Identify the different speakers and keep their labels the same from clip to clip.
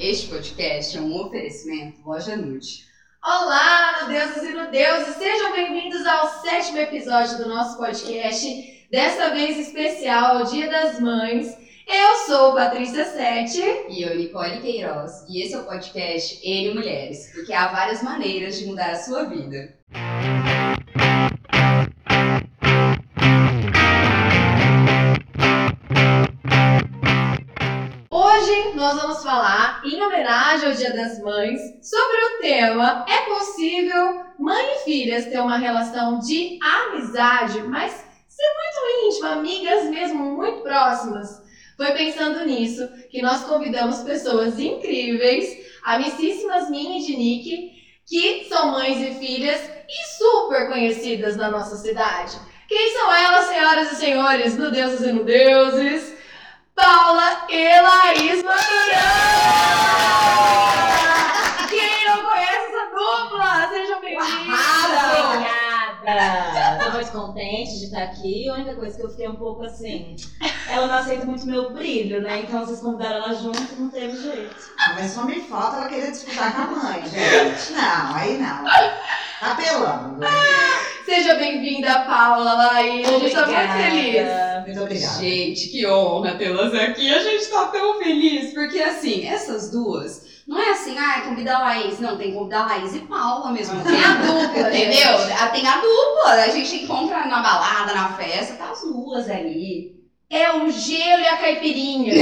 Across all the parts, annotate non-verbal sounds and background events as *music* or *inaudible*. Speaker 1: Este podcast é um oferecimento Loja Nude.
Speaker 2: Olá, meu deuses e meu deuses, sejam bem-vindos ao sétimo episódio do nosso podcast, dessa vez especial ao Dia das Mães. Eu sou Patrícia Sete.
Speaker 1: E eu, Nicole Queiroz, e esse é o podcast N Mulheres, porque há várias maneiras de mudar a sua vida.
Speaker 2: Hoje nós vamos falar, em homenagem ao Dia das Mães, sobre o tema É possível mãe e filhas ter uma relação de amizade, mas ser muito íntima, tipo, amigas mesmo, muito próximas? Foi pensando nisso que nós convidamos pessoas incríveis, amicíssimas minha e de Nick, que são mães e filhas e super conhecidas na nossa cidade. Quem são elas, senhoras e senhores, no Deuses e no Deuses? Paula e Laís Maturana! Quem não conhece essa dupla, sejam bem-vindas!
Speaker 3: Obrigada! Tô muito contente de estar aqui. A única coisa que eu fiquei um pouco assim. Ela não aceita muito meu brilho, né? Então vocês convidaram ela junto, não teve jeito.
Speaker 4: Ah, Mas só me falta ela querer disputar com a mãe, gente. Não, aí não. Tá Apelando.
Speaker 2: Seja bem-vinda, Paula, Laís. A gente tá muito feliz.
Speaker 3: Ah,
Speaker 4: Muito obrigada.
Speaker 1: Gente, que honra tê-las aqui. A gente tá tão feliz, porque assim, essas duas, não é assim, ah, convidar a Laís. Não, tem que convidar a Laís e Paula
Speaker 2: Ah.
Speaker 1: mesmo. Tem a dupla, entendeu? Ah, Tem a dupla. A gente encontra na balada, na festa, tá as duas ali.
Speaker 2: É o gelo e a caipirinha.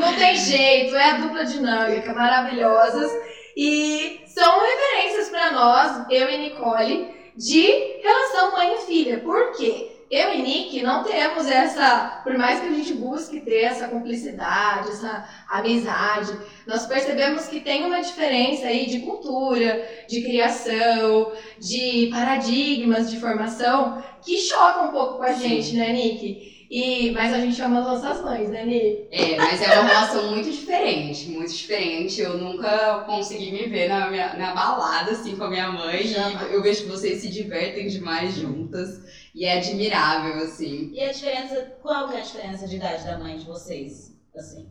Speaker 2: Não tem jeito, é a dupla dinâmica, maravilhosas. E são referências para nós, eu e Nicole, de relação mãe e filha. Por quê? Eu e Nick não temos essa, por mais que a gente busque ter essa cumplicidade, essa amizade, nós percebemos que tem uma diferença aí de cultura, de criação, de paradigmas de formação que choca um pouco com a
Speaker 1: Sim.
Speaker 2: gente, né, Nick? E, mas a gente ama as nossas mães, né, Nick?
Speaker 1: É, mas é uma relação muito diferente, muito diferente. Eu nunca consegui me ver na, minha- na balada assim com a minha mãe. E eu vejo que vocês se divertem demais juntas. E é admirável, assim.
Speaker 3: E a diferença, qual que é a diferença de idade da mãe de vocês? Assim.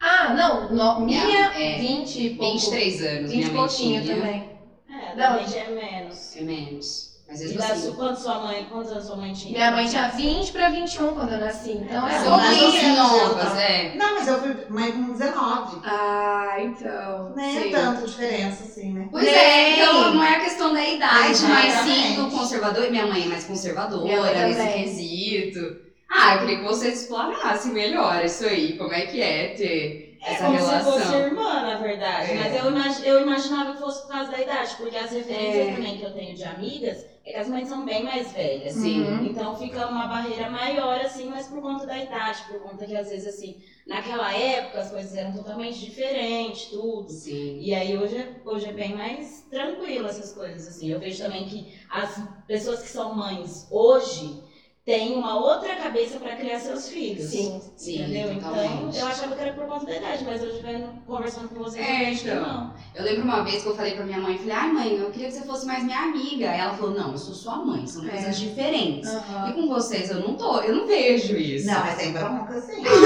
Speaker 2: Ah, não, no- minha,
Speaker 1: Minha, é,
Speaker 2: 20 e pouco.
Speaker 1: 23 anos,
Speaker 2: 20 e
Speaker 1: minha mãe tinha.
Speaker 2: pouquinho também.
Speaker 3: É,
Speaker 2: Não.
Speaker 3: da mãe já é menos.
Speaker 1: É menos. Mas
Speaker 3: E
Speaker 1: mesmo
Speaker 3: da
Speaker 1: assim.
Speaker 3: sua, quanto sua mãe, quantos anos sua mãe tinha?
Speaker 2: Minha mãe tinha 20 pra 21 quando eu nasci, então é
Speaker 1: São
Speaker 3: Mas
Speaker 2: pouquinho.
Speaker 3: você-
Speaker 1: bem
Speaker 3: pouquinho,
Speaker 1: novas,
Speaker 3: tá?
Speaker 1: é.
Speaker 4: Não, mas eu fui mãe com 19.
Speaker 2: Ah, então.
Speaker 4: Não é
Speaker 2: sim.
Speaker 4: tanta diferença assim, né?
Speaker 1: Pois é,
Speaker 2: Bem.
Speaker 1: então não é a questão da idade, mas sim
Speaker 4: Exatamente.
Speaker 1: do conservador. E minha mãe é mais
Speaker 2: Minha mãe
Speaker 1: conservadora
Speaker 2: também.
Speaker 1: nesse quesito. Ah, eu queria que vocês explorassem melhor isso aí. Como é que é ter
Speaker 3: É
Speaker 1: essa
Speaker 3: como
Speaker 1: relação?
Speaker 3: se fosse irmã, na verdade.
Speaker 1: É.
Speaker 3: Mas eu, imag- eu imaginava que fosse por causa da idade, porque as referências
Speaker 1: É.
Speaker 3: também que eu tenho de amigas é que as mães são bem mais velhas.
Speaker 1: Sim.
Speaker 2: Uhum.
Speaker 3: Então fica uma barreira maior, assim, mas por conta da idade, por conta que às vezes, assim, naquela época as coisas eram totalmente diferentes, tudo.
Speaker 1: Sim.
Speaker 3: E aí hoje é, hoje é bem mais tranquilo essas coisas, assim. Eu vejo também que as pessoas que são mães hoje têm uma outra cabeça para criar seus filhos.
Speaker 2: Sim.
Speaker 1: Sim,
Speaker 3: entendeu? Então,
Speaker 1: totalmente.
Speaker 3: eu achava que era por conta da idade, mas hoje vendo, conversando com vocês,
Speaker 1: É,
Speaker 3: eu vejo que
Speaker 1: então.
Speaker 3: não.
Speaker 1: Eu lembro uma vez que eu falei pra minha mãe, falei, ai mãe, eu queria que você fosse mais minha amiga. Ela falou, não, eu sou sua mãe, são
Speaker 2: É.
Speaker 1: coisas diferentes.
Speaker 2: Aham.
Speaker 1: E
Speaker 2: *laughs*
Speaker 1: com vocês eu não tô, eu não vejo isso.
Speaker 4: Não, mas tem bronca sim.
Speaker 2: Não,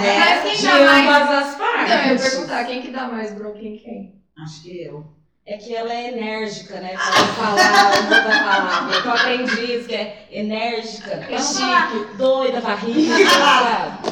Speaker 4: né?
Speaker 2: Mas quem dá mais.
Speaker 3: as
Speaker 2: Então, eu ia
Speaker 3: partes.
Speaker 2: perguntar quem que dá mais bronca em quem?
Speaker 4: Acho que eu.
Speaker 3: É que ela é enérgica, né? Pra falar, usa outra palavra. Que eu aprendi isso, que é enérgica.
Speaker 4: Então
Speaker 3: É chique, doida, varrida, sabe?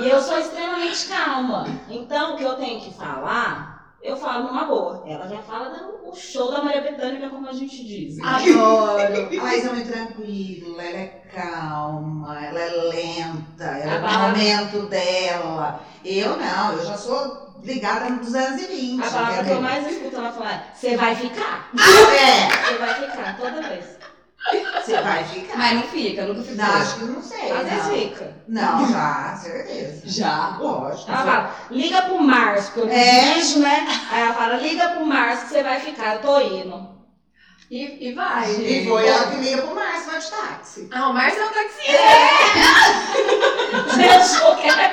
Speaker 3: E eu sou extremamente calma. Então, o que eu tenho que falar, eu falo numa boa. Ela já fala do- o show da Maria Bethânica, como a gente diz.
Speaker 4: Ah,
Speaker 2: Adoro.
Speaker 4: A Laís é muito tranquila, ela é calma, ela é lenta, ela é
Speaker 3: A
Speaker 4: o momento dela. Eu não, eu já sou ligada no 220.
Speaker 3: A palavra que Ah, eu
Speaker 4: entendeu?
Speaker 3: mais escuto ela falar é: você vai ficar.
Speaker 4: É,
Speaker 3: Você vai ficar, toda vez.
Speaker 4: você vai ficar.
Speaker 1: Mas não fica, eu nunca fico.
Speaker 4: Não, acho que não sei.
Speaker 3: Às vezes
Speaker 4: É, não.
Speaker 3: fica.
Speaker 4: Não, já, certeza.
Speaker 1: Já.
Speaker 4: Lógico.
Speaker 2: Ah,
Speaker 3: Ela fala, liga pro Márcio, porque eu
Speaker 4: É.
Speaker 3: dirijo, né? Aí ela fala, liga pro Márcio que você vai ficar, eu tô indo.
Speaker 2: E, e vai.
Speaker 4: E foi ela que liga pro Márcio, vai de táxi.
Speaker 2: Ah, o Márcio é um taxista.
Speaker 3: Você achou que era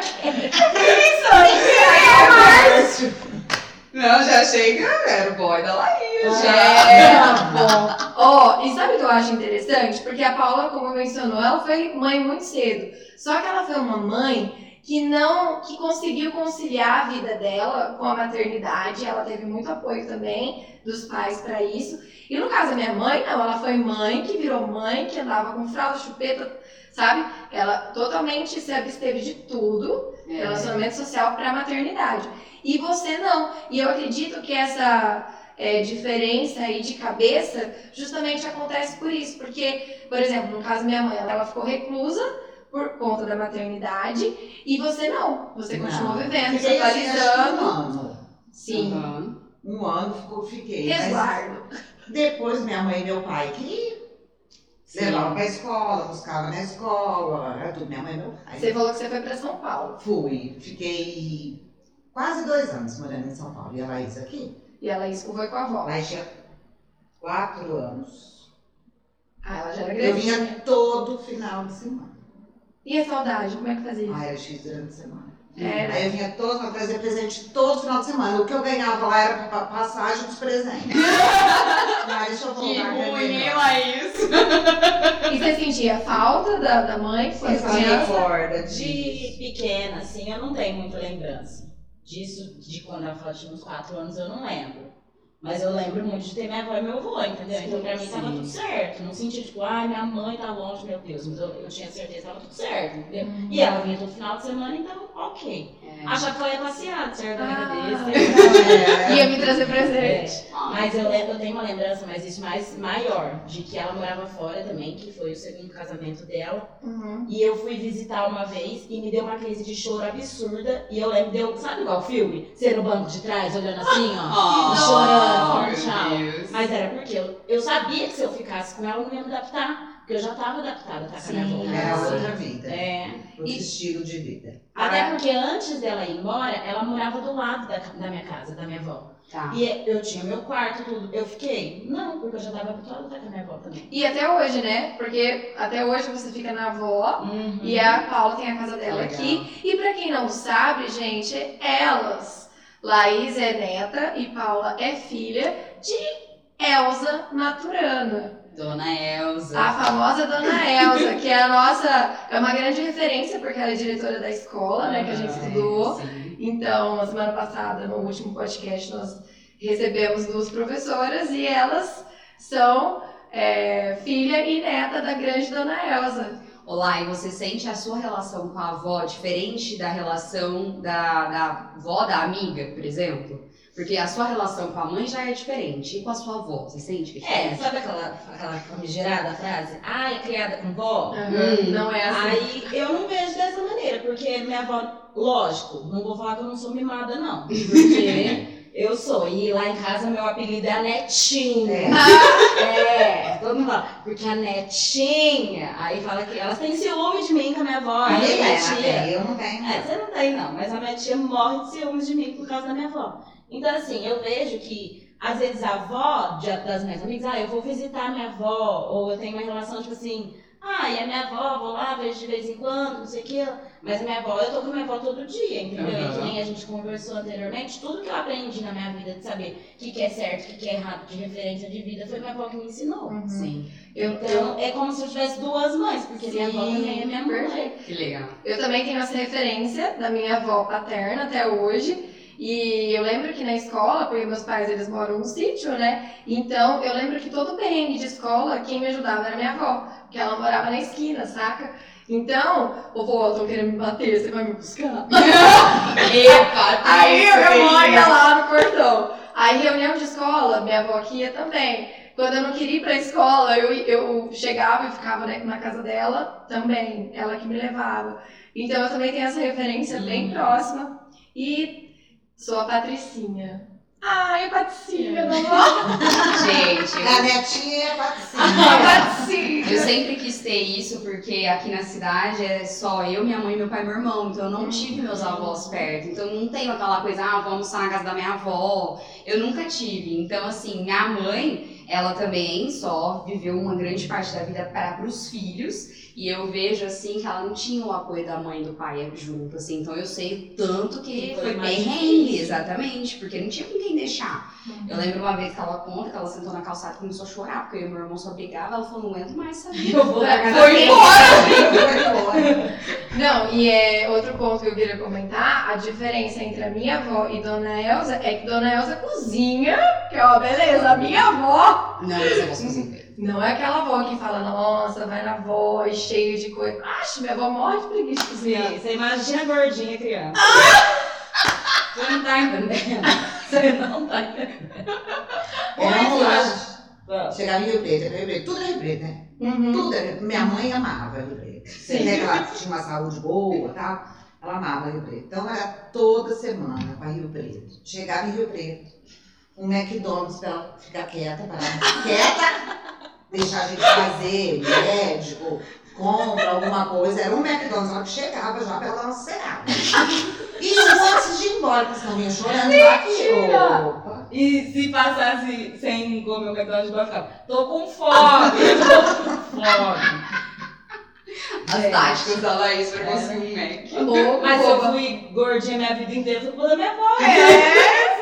Speaker 2: *laughs*
Speaker 4: Márcio!
Speaker 1: Não, já achei que eu era o boy da Laís.
Speaker 2: É,
Speaker 1: já.
Speaker 2: tá bom. Ó, e sabe o que eu acho interessante? Porque a Paula, como mencionou, ela foi mãe muito cedo. Só que ela foi uma mãe que não que conseguiu conciliar a vida dela com a maternidade, ela teve muito apoio também dos pais para isso. E no caso da minha mãe, não, ela foi mãe que virou mãe, que andava com fralda, chupeta, sabe? Ela totalmente se absteve de tudo relacionamento social para maternidade. E você não. E eu acredito que essa é, diferença aí de cabeça justamente acontece por isso. Porque, por exemplo, no caso da minha mãe, ela ficou reclusa por conta da maternidade e você não. Você continuou
Speaker 4: Não.
Speaker 2: vivendo,
Speaker 4: Fiquei assim, acho que
Speaker 2: socializando.
Speaker 4: um ano.
Speaker 2: Sim.
Speaker 1: Aham.
Speaker 4: Um ano ficou- fiquei. mas
Speaker 2: Resguardo.
Speaker 4: depois minha mãe e meu pai que levavam pra escola, buscavam na escola. Era tudo minha mãe e meu pai.
Speaker 2: Você falou que você foi para São Paulo.
Speaker 4: Fui. Fiquei quase dois anos morando em São Paulo. E a Laís aqui?
Speaker 2: E ela escovou com a
Speaker 4: A
Speaker 2: avó.
Speaker 4: Laís tinha quatro anos.
Speaker 2: Ah, ela já era
Speaker 4: Eu
Speaker 2: grandinha.
Speaker 4: vinha todo final de semana.
Speaker 2: E a saudade, como é que fazia isso?
Speaker 4: Ah, eu fiz durante a semana.
Speaker 2: Era.
Speaker 4: Aí eu vinha todo, eu trazia presente todo final de semana. O que eu ganhava lá era pra pa- passagem dos presentes. Mas deixa eu
Speaker 1: Que
Speaker 4: voltar. que é
Speaker 1: ruim, hein,
Speaker 4: melhor.
Speaker 1: Laís?
Speaker 2: E você sentia falta da, da mãe? Foi
Speaker 4: Vocês me
Speaker 2: criança?
Speaker 4: acordam
Speaker 3: De pequena, assim, eu não tenho muita lembrança. Disso, de quando ela tinha uns 4 anos, eu não lembro. Mas eu lembro muito de ter minha avó e meu avô, entendeu? então pra mim tava
Speaker 1: sim.
Speaker 3: tudo certo. Não sentia tipo, ai, minha mãe tá longe, meu Deus. Mas eu, eu tinha certeza que tava tudo certo, entendeu?
Speaker 2: Hum.
Speaker 3: E ela vinha todo final de semana, então, ok. é Achava que ela ia passear, de certa
Speaker 2: Ah.
Speaker 3: maneira
Speaker 4: É.
Speaker 2: Ia me trazer presente.
Speaker 3: desse. É. Mas eu lembro, eu tenho uma lembrança, mas isso mais maior, de que ela morava fora também, que foi o segundo casamento dela.
Speaker 2: Uhum.
Speaker 3: E eu fui visitar uma vez e me deu uma crise de choro absurda. E eu lembro, deu, sabe igual filme? Você no banco de trás, olhando assim, ó.
Speaker 1: Oh,
Speaker 3: chorando,
Speaker 1: meu
Speaker 3: tchau.
Speaker 1: Deus.
Speaker 3: Mas era porque eu, eu sabia que se eu ficasse com ela, eu não ia me adaptar. Porque eu já tava adaptada, tá com a minha
Speaker 2: Sim,
Speaker 3: avó.
Speaker 4: É
Speaker 2: sim.
Speaker 4: outra vida.
Speaker 3: É.
Speaker 4: Outro
Speaker 1: E-
Speaker 4: estilo de vida.
Speaker 3: Até porque antes dela ir embora, ela morava do lado da, da minha casa, da minha avó.
Speaker 1: Tá.
Speaker 3: E eu tinha meu quarto, tudo. Eu fiquei? Não, porque eu já tava habituada a estar com a minha avó também.
Speaker 2: E até hoje, né? Porque até hoje você fica na avó
Speaker 3: Uhum.
Speaker 2: e a Paula tem a casa dela
Speaker 4: Legal.
Speaker 2: aqui. E pra quem não sabe, gente, elas. Laís é neta e Paula é filha de Elza Maturana.
Speaker 1: Dona Elza.
Speaker 2: A famosa Dona Elza, que é a nossa. É uma grande referência, porque ela é diretora da escola, né? Que a gente
Speaker 1: Uhum.
Speaker 3: Ah,
Speaker 2: estudou.
Speaker 1: É, Sim.
Speaker 2: Então, na semana passada, no último podcast, nós recebemos duas professoras e elas são é, filha e neta da grande dona Elza.
Speaker 1: Olá, e você sente a sua relação com a avó diferente da relação da, da avó da amiga, por exemplo? Porque a sua relação com a mãe já é diferente. E com a sua avó, você sente que é
Speaker 3: É,
Speaker 1: diferente?
Speaker 3: sabe aquela, aquela famigerada frase? Ah, é criada com vó?
Speaker 1: Uhum.
Speaker 2: Não é assim.
Speaker 3: Aí eu não vejo dessa maneira, porque minha avó, lógico, não vou falar que eu não sou mimada, não. Porque eu sou. E lá em casa meu apelido é a
Speaker 4: É.
Speaker 3: Netinha. *laughs* É, todo mundo fala, porque a Netinha, aí fala que elas têm ciúme de mim com a minha avó. Aí
Speaker 4: Ninguém
Speaker 3: a minha
Speaker 4: tem,
Speaker 3: tia.
Speaker 4: Eu não tenho.
Speaker 3: É, você não tem não, mas a minha tia morre de ciúmes de mim por causa da minha avó. Então, assim, eu vejo que, às vezes, a avó de- das minhas amigas, ah, eu vou visitar a minha avó, ou eu tenho uma relação, tipo assim, ah, e a minha avó, vou lá, vejo de vez em quando, não sei o que. Mas a minha avó, eu tô com a minha avó todo dia, entendeu? E que
Speaker 1: Aham.
Speaker 3: nem a gente conversou anteriormente, tudo que eu aprendi na minha vida de saber o que, que é certo, o que, que é errado, de referência de vida, foi minha avó que me ensinou.
Speaker 2: Uhum.
Speaker 1: Sim.
Speaker 2: Eu, eu,
Speaker 3: Então, é como se eu tivesse duas mães, porque minha avó
Speaker 2: Sim,
Speaker 3: também é minha mãe.
Speaker 2: perfeito.
Speaker 1: Que legal.
Speaker 2: eu também tenho essa referência da minha avó paterna até hoje. E eu lembro que na escola, porque meus pais eles moram num sítio, né? Então eu lembro que todo perrengue de escola, quem me ajudava era minha avó, porque ela morava na esquina, saca? Então, ô vó, estão querendo me bater, você vai me buscar?
Speaker 1: Epa,
Speaker 2: Aí eu, eu
Speaker 1: mãe,
Speaker 2: ia lá no portão. Aí reunião de escola, minha avó aqui ia também. Quando eu não queria ir pra escola, eu, eu chegava e ficava né, na casa dela também. Ela que me levava. Então eu também tenho essa referência bem
Speaker 3: Hum.
Speaker 2: próxima. E sou a Patricinha. Ai, Patricinha, não vou.
Speaker 1: Gente,
Speaker 4: A minha tia é
Speaker 2: *laughs* A
Speaker 4: patricinha.
Speaker 1: Eu
Speaker 2: Patricinha.
Speaker 1: sempre quis ter isso porque aqui na cidade é só eu, minha mãe, meu pai e meu irmão. Então eu não tive meus avós perto. Então não tenho aquela coisa, ah, vou almoçar na casa da minha avó. Eu nunca tive. Então, assim, minha mãe, ela também só viveu uma grande parte da vida para os filhos. E eu vejo, assim, que ela não tinha o apoio da mãe e do pai junto, assim. Então eu sei o tanto que
Speaker 3: Que
Speaker 1: foi
Speaker 3: foi mais
Speaker 1: perrengue,
Speaker 3: difícil.
Speaker 1: exatamente. Porque não tinha com quem deixar. Eu lembro uma vez que ela conta que ela sentou na calçada e começou a chorar, porque eu e meu irmão só brigava. Ela falou, não aguento mais essa vida.
Speaker 3: Eu vou pra casa
Speaker 2: Foi
Speaker 3: dele.
Speaker 2: Não, e é outro ponto que eu queria comentar, a diferença entre a minha avó e Dona Elza é que Dona Elza cozinha, que ó, beleza, a minha avó
Speaker 1: Não, esse negócio não se
Speaker 2: não é aquela avó que fala, nossa, vai na avó, é cheio de coisa. Acho, minha avó morre de preguiça de cozinhar.
Speaker 3: Você imagina a gordinha criança. Você não tá entendendo. Você não tá entendendo.
Speaker 4: Vamos lá.
Speaker 3: Vamos.
Speaker 4: Chegar em Rio Preto, era Rio Preto. Tudo é Rio Preto, né? Tudo é Rio Preto. Minha mãe amava Rio Preto. Você vê que ela tinha uma saúde boa e tal. Ela amava Rio Preto. Então era toda semana pra Rio Preto. Chegava em Rio Preto. Um McDonald's pra ela ficar quieta, pra ela ficar quieta. *laughs* Deixar a gente fazer, médico, compra, alguma coisa. Era um McDonald's. Ela que chegava já pra ela ansiar. E eu antes de ir embora, porque senão eu ia chorando lá que
Speaker 3: Mentira!
Speaker 4: opa.
Speaker 3: E se passasse sem comer um o McDonald's, eu ficava, tô com fome, eu *laughs* tô com fome. É.
Speaker 1: As táticas da Laís pra conseguir um Mac.
Speaker 2: Boa,
Speaker 3: Mas eu
Speaker 2: boa.
Speaker 3: fui gordinha minha vida inteira, foi culpa da minha avó.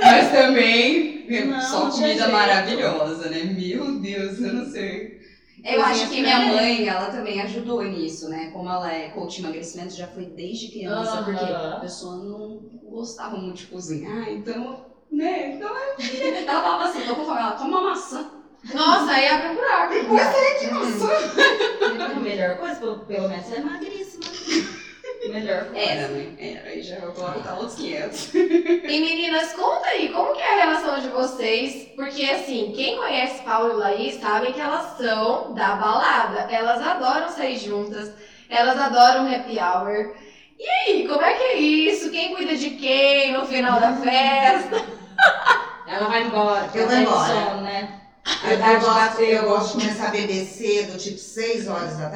Speaker 1: Mas também,
Speaker 3: Não,
Speaker 1: só
Speaker 3: não tinha
Speaker 1: comida
Speaker 3: jeito.
Speaker 1: maravilhosa, né? Meu Deus, eu não sei. Eu acho que minha mãe, ela também ajudou nisso, né? Como ela é coach de emagrecimento, já foi desde criança,
Speaker 3: Aham.
Speaker 1: porque a pessoa não gostava muito de cozinhar, então, né? Então, eu- ela falava assim, tô com fome, ela toma uma maçã.
Speaker 2: Nossa, aí abre um buraco. Uhum.
Speaker 1: Que maçã?
Speaker 3: A melhor coisa, pelo, pelo menos, é magríssima. É, Melhor coisa.
Speaker 1: Era, né? Era, aí já agora tá outros 500.
Speaker 2: E meninas, conta aí, como que é a relação de vocês? Porque assim, quem conhece Paulo e Laís sabe que elas são da balada. Elas adoram sair juntas, elas adoram happy hour. E aí, como é que é isso? Quem cuida de quem no final da festa?
Speaker 3: Ela vai embora.
Speaker 4: Eu vou
Speaker 3: ela tem
Speaker 4: embora.
Speaker 3: sono, né? A
Speaker 4: Eu,
Speaker 3: idade
Speaker 4: gosto,
Speaker 3: bateu.
Speaker 4: eu gosto de começar a beber cedo, tipo 6 horas da
Speaker 3: Isso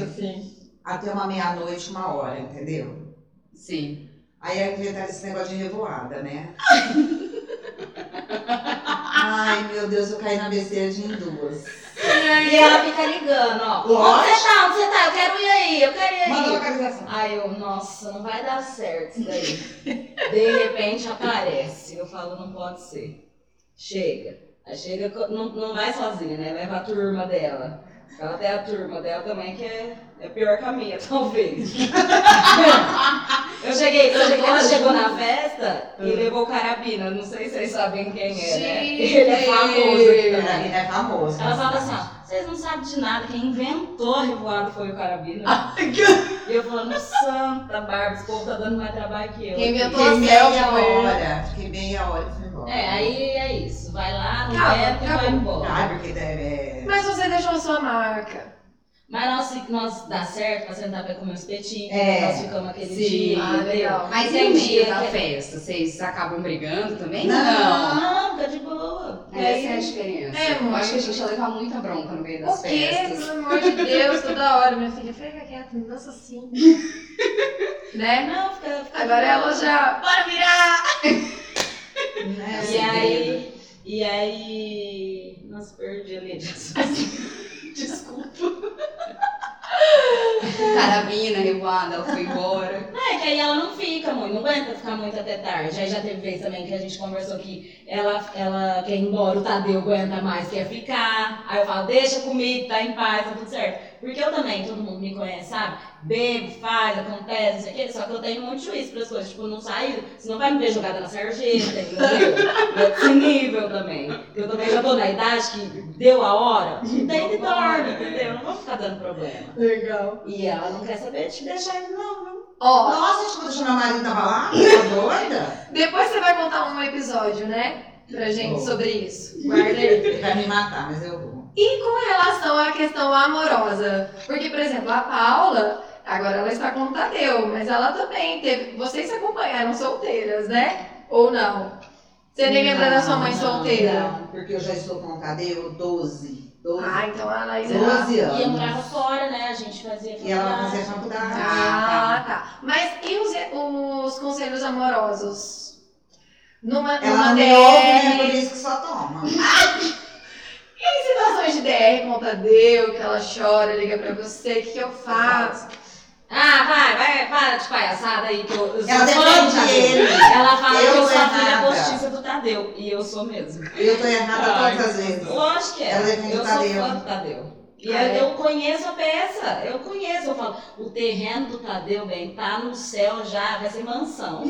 Speaker 1: É,
Speaker 4: *laughs* tarde,
Speaker 3: assim.
Speaker 4: até uma meia-noite, uma hora, entendeu?
Speaker 1: Sim.
Speaker 4: Aí é inventar esse negócio de revoada, né? Ai, meu Deus, eu caí na besteira de em duas.
Speaker 3: E ela fica ligando, ó. Onde
Speaker 4: Lógico.
Speaker 3: você tá? Onde você tá? Eu quero ir aí, eu quero ir aí.
Speaker 4: Manda localização.
Speaker 3: Aí eu, nossa, não vai dar certo isso daí. De repente aparece. Eu falo, não pode ser. Chega. Aí chega, co- não, não vai sozinha, né? Leva a turma dela. Ela tem a turma dela também, que é, é pior que a minha, *laughs* talvez. eu cheguei, eu cheguei, ela chegou na festa e levou o Carabina. Não sei se vocês sabem quem é, né?
Speaker 2: Gente!
Speaker 3: Ele é famoso né? aqui
Speaker 4: Pra
Speaker 3: também.
Speaker 4: mim é famoso.
Speaker 3: Ela fala assim, ó, vocês não sabem de nada, quem inventou a revoada foi o Carabina. e eu falando, santa Bárbara, esse povo tá dando mais trabalho que eu.
Speaker 2: Quem inventou
Speaker 4: Fiquei
Speaker 2: a selfie?
Speaker 4: meia
Speaker 2: foi eu.
Speaker 4: hora, fiquei meia hora e fui embora.
Speaker 3: É, aí é isso, vai lá, não
Speaker 2: Calma,
Speaker 3: bebe e
Speaker 2: calma.
Speaker 3: vai embora.
Speaker 4: Ai, porque deve... é, né?
Speaker 2: Mas você deixou a sua marca.
Speaker 3: Mas nós, fi- nós dá certo, nós sentar pra comer uns petinhos,
Speaker 4: É.
Speaker 3: nós ficamos aquele
Speaker 1: Sim.
Speaker 3: dia,
Speaker 2: Ah,
Speaker 3: entendeu?
Speaker 2: legal.
Speaker 1: Mas
Speaker 3: Tem
Speaker 1: em dia
Speaker 3: dia
Speaker 1: da
Speaker 3: que-
Speaker 1: festa, vocês acabam brigando também?
Speaker 4: Não.
Speaker 3: Não, fica de boa. E
Speaker 1: Essa é a
Speaker 3: aí,
Speaker 1: diferença.
Speaker 2: É,
Speaker 1: eu acho que a
Speaker 2: muito.
Speaker 1: gente ia levar muita bronca no meio das
Speaker 2: O quê?
Speaker 1: festas.
Speaker 2: Pelo amor de Deus, toda hora, minha filha. Fica quieta, não dança assim. *laughs* né?
Speaker 3: é, não, fica, fica de
Speaker 2: Agora
Speaker 3: boa.
Speaker 2: ela já. Bora virar!
Speaker 4: né,
Speaker 3: E é-
Speaker 4: segredo.
Speaker 3: aí, e aí... Nossa, perdi a linha de raciocínio. *laughs* Desculpa.
Speaker 1: Carabina, revoada, ela foi embora.
Speaker 3: É, que aí ela não fica muito, não aguenta ficar muito até tarde. Aí já teve vez também que a gente conversou que ela, ela quer ir embora, o Tadeu aguenta mais, quer ficar. Aí eu falo, deixa comigo, tá em paz, tá tudo certo. Porque eu também, todo mundo me conhece, sabe? Bebo, faz, acontece, não sei o quê. Só que eu tenho muito juízo pras coisas. Tipo, não saio, senão vai me ver jogada na sarjeta, entendeu? Nesse nível também. Eu também já tô na idade que deu a hora, deita e dorme, entendeu? Não vou ficar dando problema.
Speaker 2: Legal.
Speaker 3: E ela não quer saber de deixar ele, não, viu?
Speaker 2: Ó,
Speaker 4: Nossa, tipo, deixou meu marido na balada, tá doida?
Speaker 2: Depois você vai contar um episódio, né? Pra gente
Speaker 4: Bom.
Speaker 2: sobre isso. Guarda aí.
Speaker 4: Ele vai me matar, mas eu vou.
Speaker 2: E com relação à questão amorosa? Porque, por exemplo, a Paula, agora ela está com o Tadeu, mas ela também teve. Vocês se acompanharam solteiras, né? Ou não? Você nem lembra da sua mãe
Speaker 3: Não,
Speaker 2: solteira?
Speaker 4: Não, porque eu já estou com um o Tadeu 12. 12,
Speaker 2: Ah, então a Laís era.
Speaker 4: 12
Speaker 3: E eu morava
Speaker 4: anos.
Speaker 3: fora, né? A gente fazia
Speaker 4: Então, E ela vai fazer
Speaker 3: faculdade.
Speaker 4: faculdade.
Speaker 2: Ah, tá. Mas e os, os conselhos amorosos? Numa,
Speaker 4: Ela
Speaker 2: numa
Speaker 4: não
Speaker 2: DR,
Speaker 4: me ouve, né? Por isso que só toma.
Speaker 2: Em situações de DR com o Tadeu, que ela chora, liga pra você, o que, que eu faço?
Speaker 3: Ah, vai, vai, para de palhaçada aí. Que eu, eu sou
Speaker 4: Ela
Speaker 3: fã do
Speaker 4: defende
Speaker 3: Tadeu.
Speaker 4: ele.
Speaker 3: Ela fala
Speaker 4: Eu
Speaker 3: que eu
Speaker 4: tô
Speaker 3: sou a filha
Speaker 4: errada.
Speaker 3: postiça do Tadeu. E eu sou mesmo.
Speaker 4: Eu tô errada
Speaker 1: Ai.
Speaker 4: todas as vezes.
Speaker 3: Lógico que é.
Speaker 4: Ela defende
Speaker 3: eu
Speaker 4: o
Speaker 3: sou
Speaker 4: Tadeu.
Speaker 3: fã do Tadeu. E
Speaker 2: Ah,
Speaker 3: eu,
Speaker 2: é?
Speaker 3: eu conheço a peça. Eu conheço. Eu falo, o terreno do Tadeu, bem, tá no céu já, vai ser
Speaker 4: *laughs*
Speaker 3: mansão.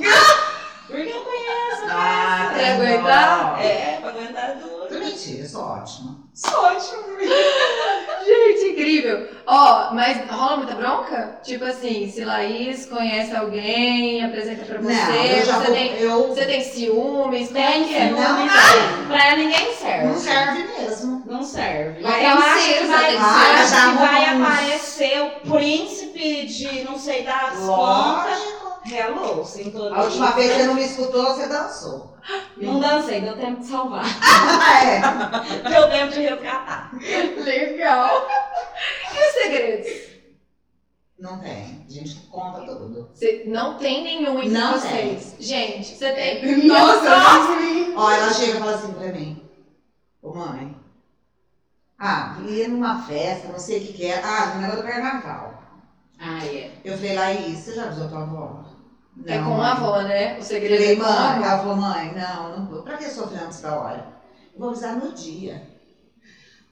Speaker 3: Porque eu conheço a
Speaker 4: Ah,
Speaker 3: peça.
Speaker 2: Pra aguentar?
Speaker 3: É, pra aguentar duro.
Speaker 4: Mentira, eu sou ótima.
Speaker 3: Sou ótimo.
Speaker 2: Gente, incrível. Ó, mas rola muita bronca? Tipo assim, se Laís conhece alguém, apresenta pra você,
Speaker 4: não, eu já
Speaker 2: você,
Speaker 4: vou.
Speaker 2: tem,
Speaker 4: Eu
Speaker 2: você tem ciúmes, como é
Speaker 3: Tem
Speaker 2: que é?
Speaker 3: ciúme,
Speaker 4: Não.
Speaker 3: tem. Pra ninguém
Speaker 4: não
Speaker 3: serve.
Speaker 4: serve mesmo.
Speaker 3: Não serve.
Speaker 1: Vai
Speaker 3: eu
Speaker 1: ter
Speaker 3: acho que tá
Speaker 1: princesa,
Speaker 3: vai,
Speaker 1: tem
Speaker 3: eu
Speaker 1: que
Speaker 4: ser.
Speaker 3: acho
Speaker 4: Ah, já
Speaker 3: que vai
Speaker 4: arrumamos.
Speaker 3: aparecer o príncipe de não sei das É quantas.
Speaker 4: Lógico.
Speaker 3: Hello, sintonia.
Speaker 4: A última vez que você não me escutou, você dançou. *laughs*
Speaker 3: Não dancei, deu tempo de salvar. *laughs*
Speaker 4: é.
Speaker 3: deu tempo de resgatar.
Speaker 2: Legal. E os segredos?
Speaker 4: Não tem. A gente conta tudo.
Speaker 2: Você não tem nenhum entre
Speaker 4: Não
Speaker 2: vocês. Gente, você tem.
Speaker 4: *laughs*
Speaker 1: Nossa!
Speaker 4: Ó, ela chega e fala assim pra mim. Ô mãe. Ah, ia numa festa, não sei o que que era. Ah, não era do carnaval.
Speaker 3: Ah, é.
Speaker 4: Eu falei, Laís, você já avisou tua avó?
Speaker 2: É
Speaker 4: Não,
Speaker 2: com a
Speaker 4: mãe.
Speaker 2: avó, né? O
Speaker 4: Eu
Speaker 2: segredo
Speaker 4: falei,
Speaker 2: é com a
Speaker 4: mãe,
Speaker 2: avó.
Speaker 4: ela falou, mãe, não, não vou. Pra que sofrer antes da hora? Eu vou avisar no dia.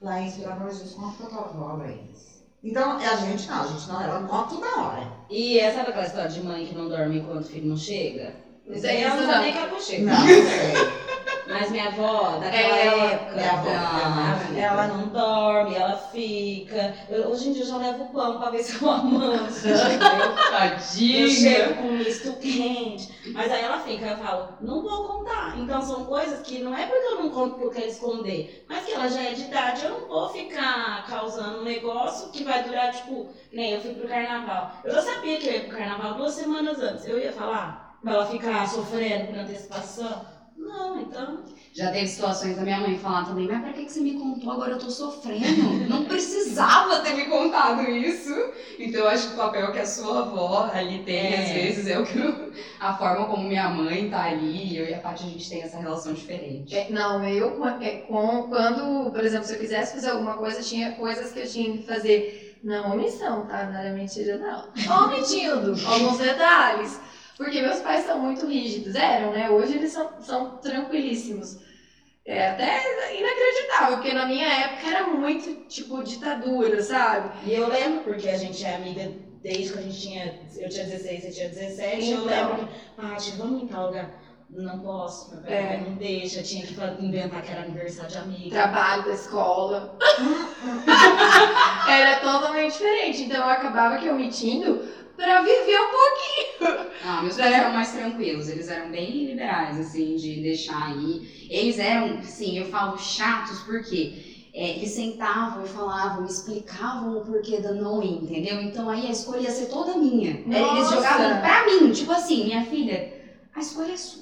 Speaker 4: Laís, pelo amor de Deus, conta pra tua avó, Laís. Então, é a gente não, a gente não, ela conta tudo na hora.
Speaker 3: E é, sabe aquela história de mãe que não dorme enquanto o filho não chega?
Speaker 2: Não sei
Speaker 3: eu
Speaker 2: isso,
Speaker 3: não
Speaker 2: não.
Speaker 3: sabia que ela não chega.
Speaker 4: Não, não sei.
Speaker 3: Mas minha avó, daquela
Speaker 2: É,
Speaker 3: época,
Speaker 4: minha avó,
Speaker 3: não,
Speaker 4: minha avó.
Speaker 3: ela não dorme, ela fica. Eu- hoje em dia eu já levo pão pra ver se eu *laughs* amanso. entendeu? Eu
Speaker 1: Tadinha!
Speaker 3: chego com misto quente. Mas aí ela fica, eu falo, não vou contar. Então são coisas que não é porque eu não conto porque eu quero esconder, mas que ela já é de idade. Eu não vou ficar causando um negócio que vai durar, tipo, nem eu fui pro carnaval. Eu já sabia que eu ia pro carnaval duas semanas antes. Eu ia falar pra ela ficar sofrendo por antecipação. Não, então.
Speaker 1: Já teve situações da minha mãe falar também, mas pra que que você me contou? Agora eu tô sofrendo. Não precisava ter me contado isso. Então eu acho que o papel que a sua avó ali tem,
Speaker 3: É.
Speaker 1: às vezes, é o que eu- a forma como minha mãe tá ali, eu e a Paty, a gente tem essa relação diferente.
Speaker 2: É, não, eu com- é, com- quando, por exemplo, se eu quisesse fazer alguma coisa, tinha coisas que eu tinha que fazer. Não omissão, tá? Não era mentira, não. *laughs* Só omitindo alguns detalhes. Porque meus pais são muito rígidos. Eram, né? Hoje eles são, são tranquilíssimos. É até inacreditável, porque na minha época era muito, tipo, ditadura, sabe?
Speaker 3: E eu lembro, porque a gente é amiga desde que a gente tinha. Eu tinha 16, você tinha 17.
Speaker 2: Então.
Speaker 3: Eu lembro que, Paty, vamos em tal lugar. Não posso, meu pai
Speaker 2: É. Tá.
Speaker 3: não deixa. Tinha que fa- inventar que era aniversário de amiga.
Speaker 2: Trabalho da escola. *laughs* era totalmente diferente. Então eu acabava que omitindo pra viver um
Speaker 1: Ah, meus pais eram mais tranquilos, eles eram bem liberais, assim, de deixar aí. Eles eram, assim, eu falo chatos porque é, eles sentavam e falavam, explicavam o porquê da não ir, entendeu? Então aí a escolha ia ser toda minha. É, Eles
Speaker 2: Nossa!
Speaker 1: jogavam pra mim, tipo assim, minha filha, a escolha é sua.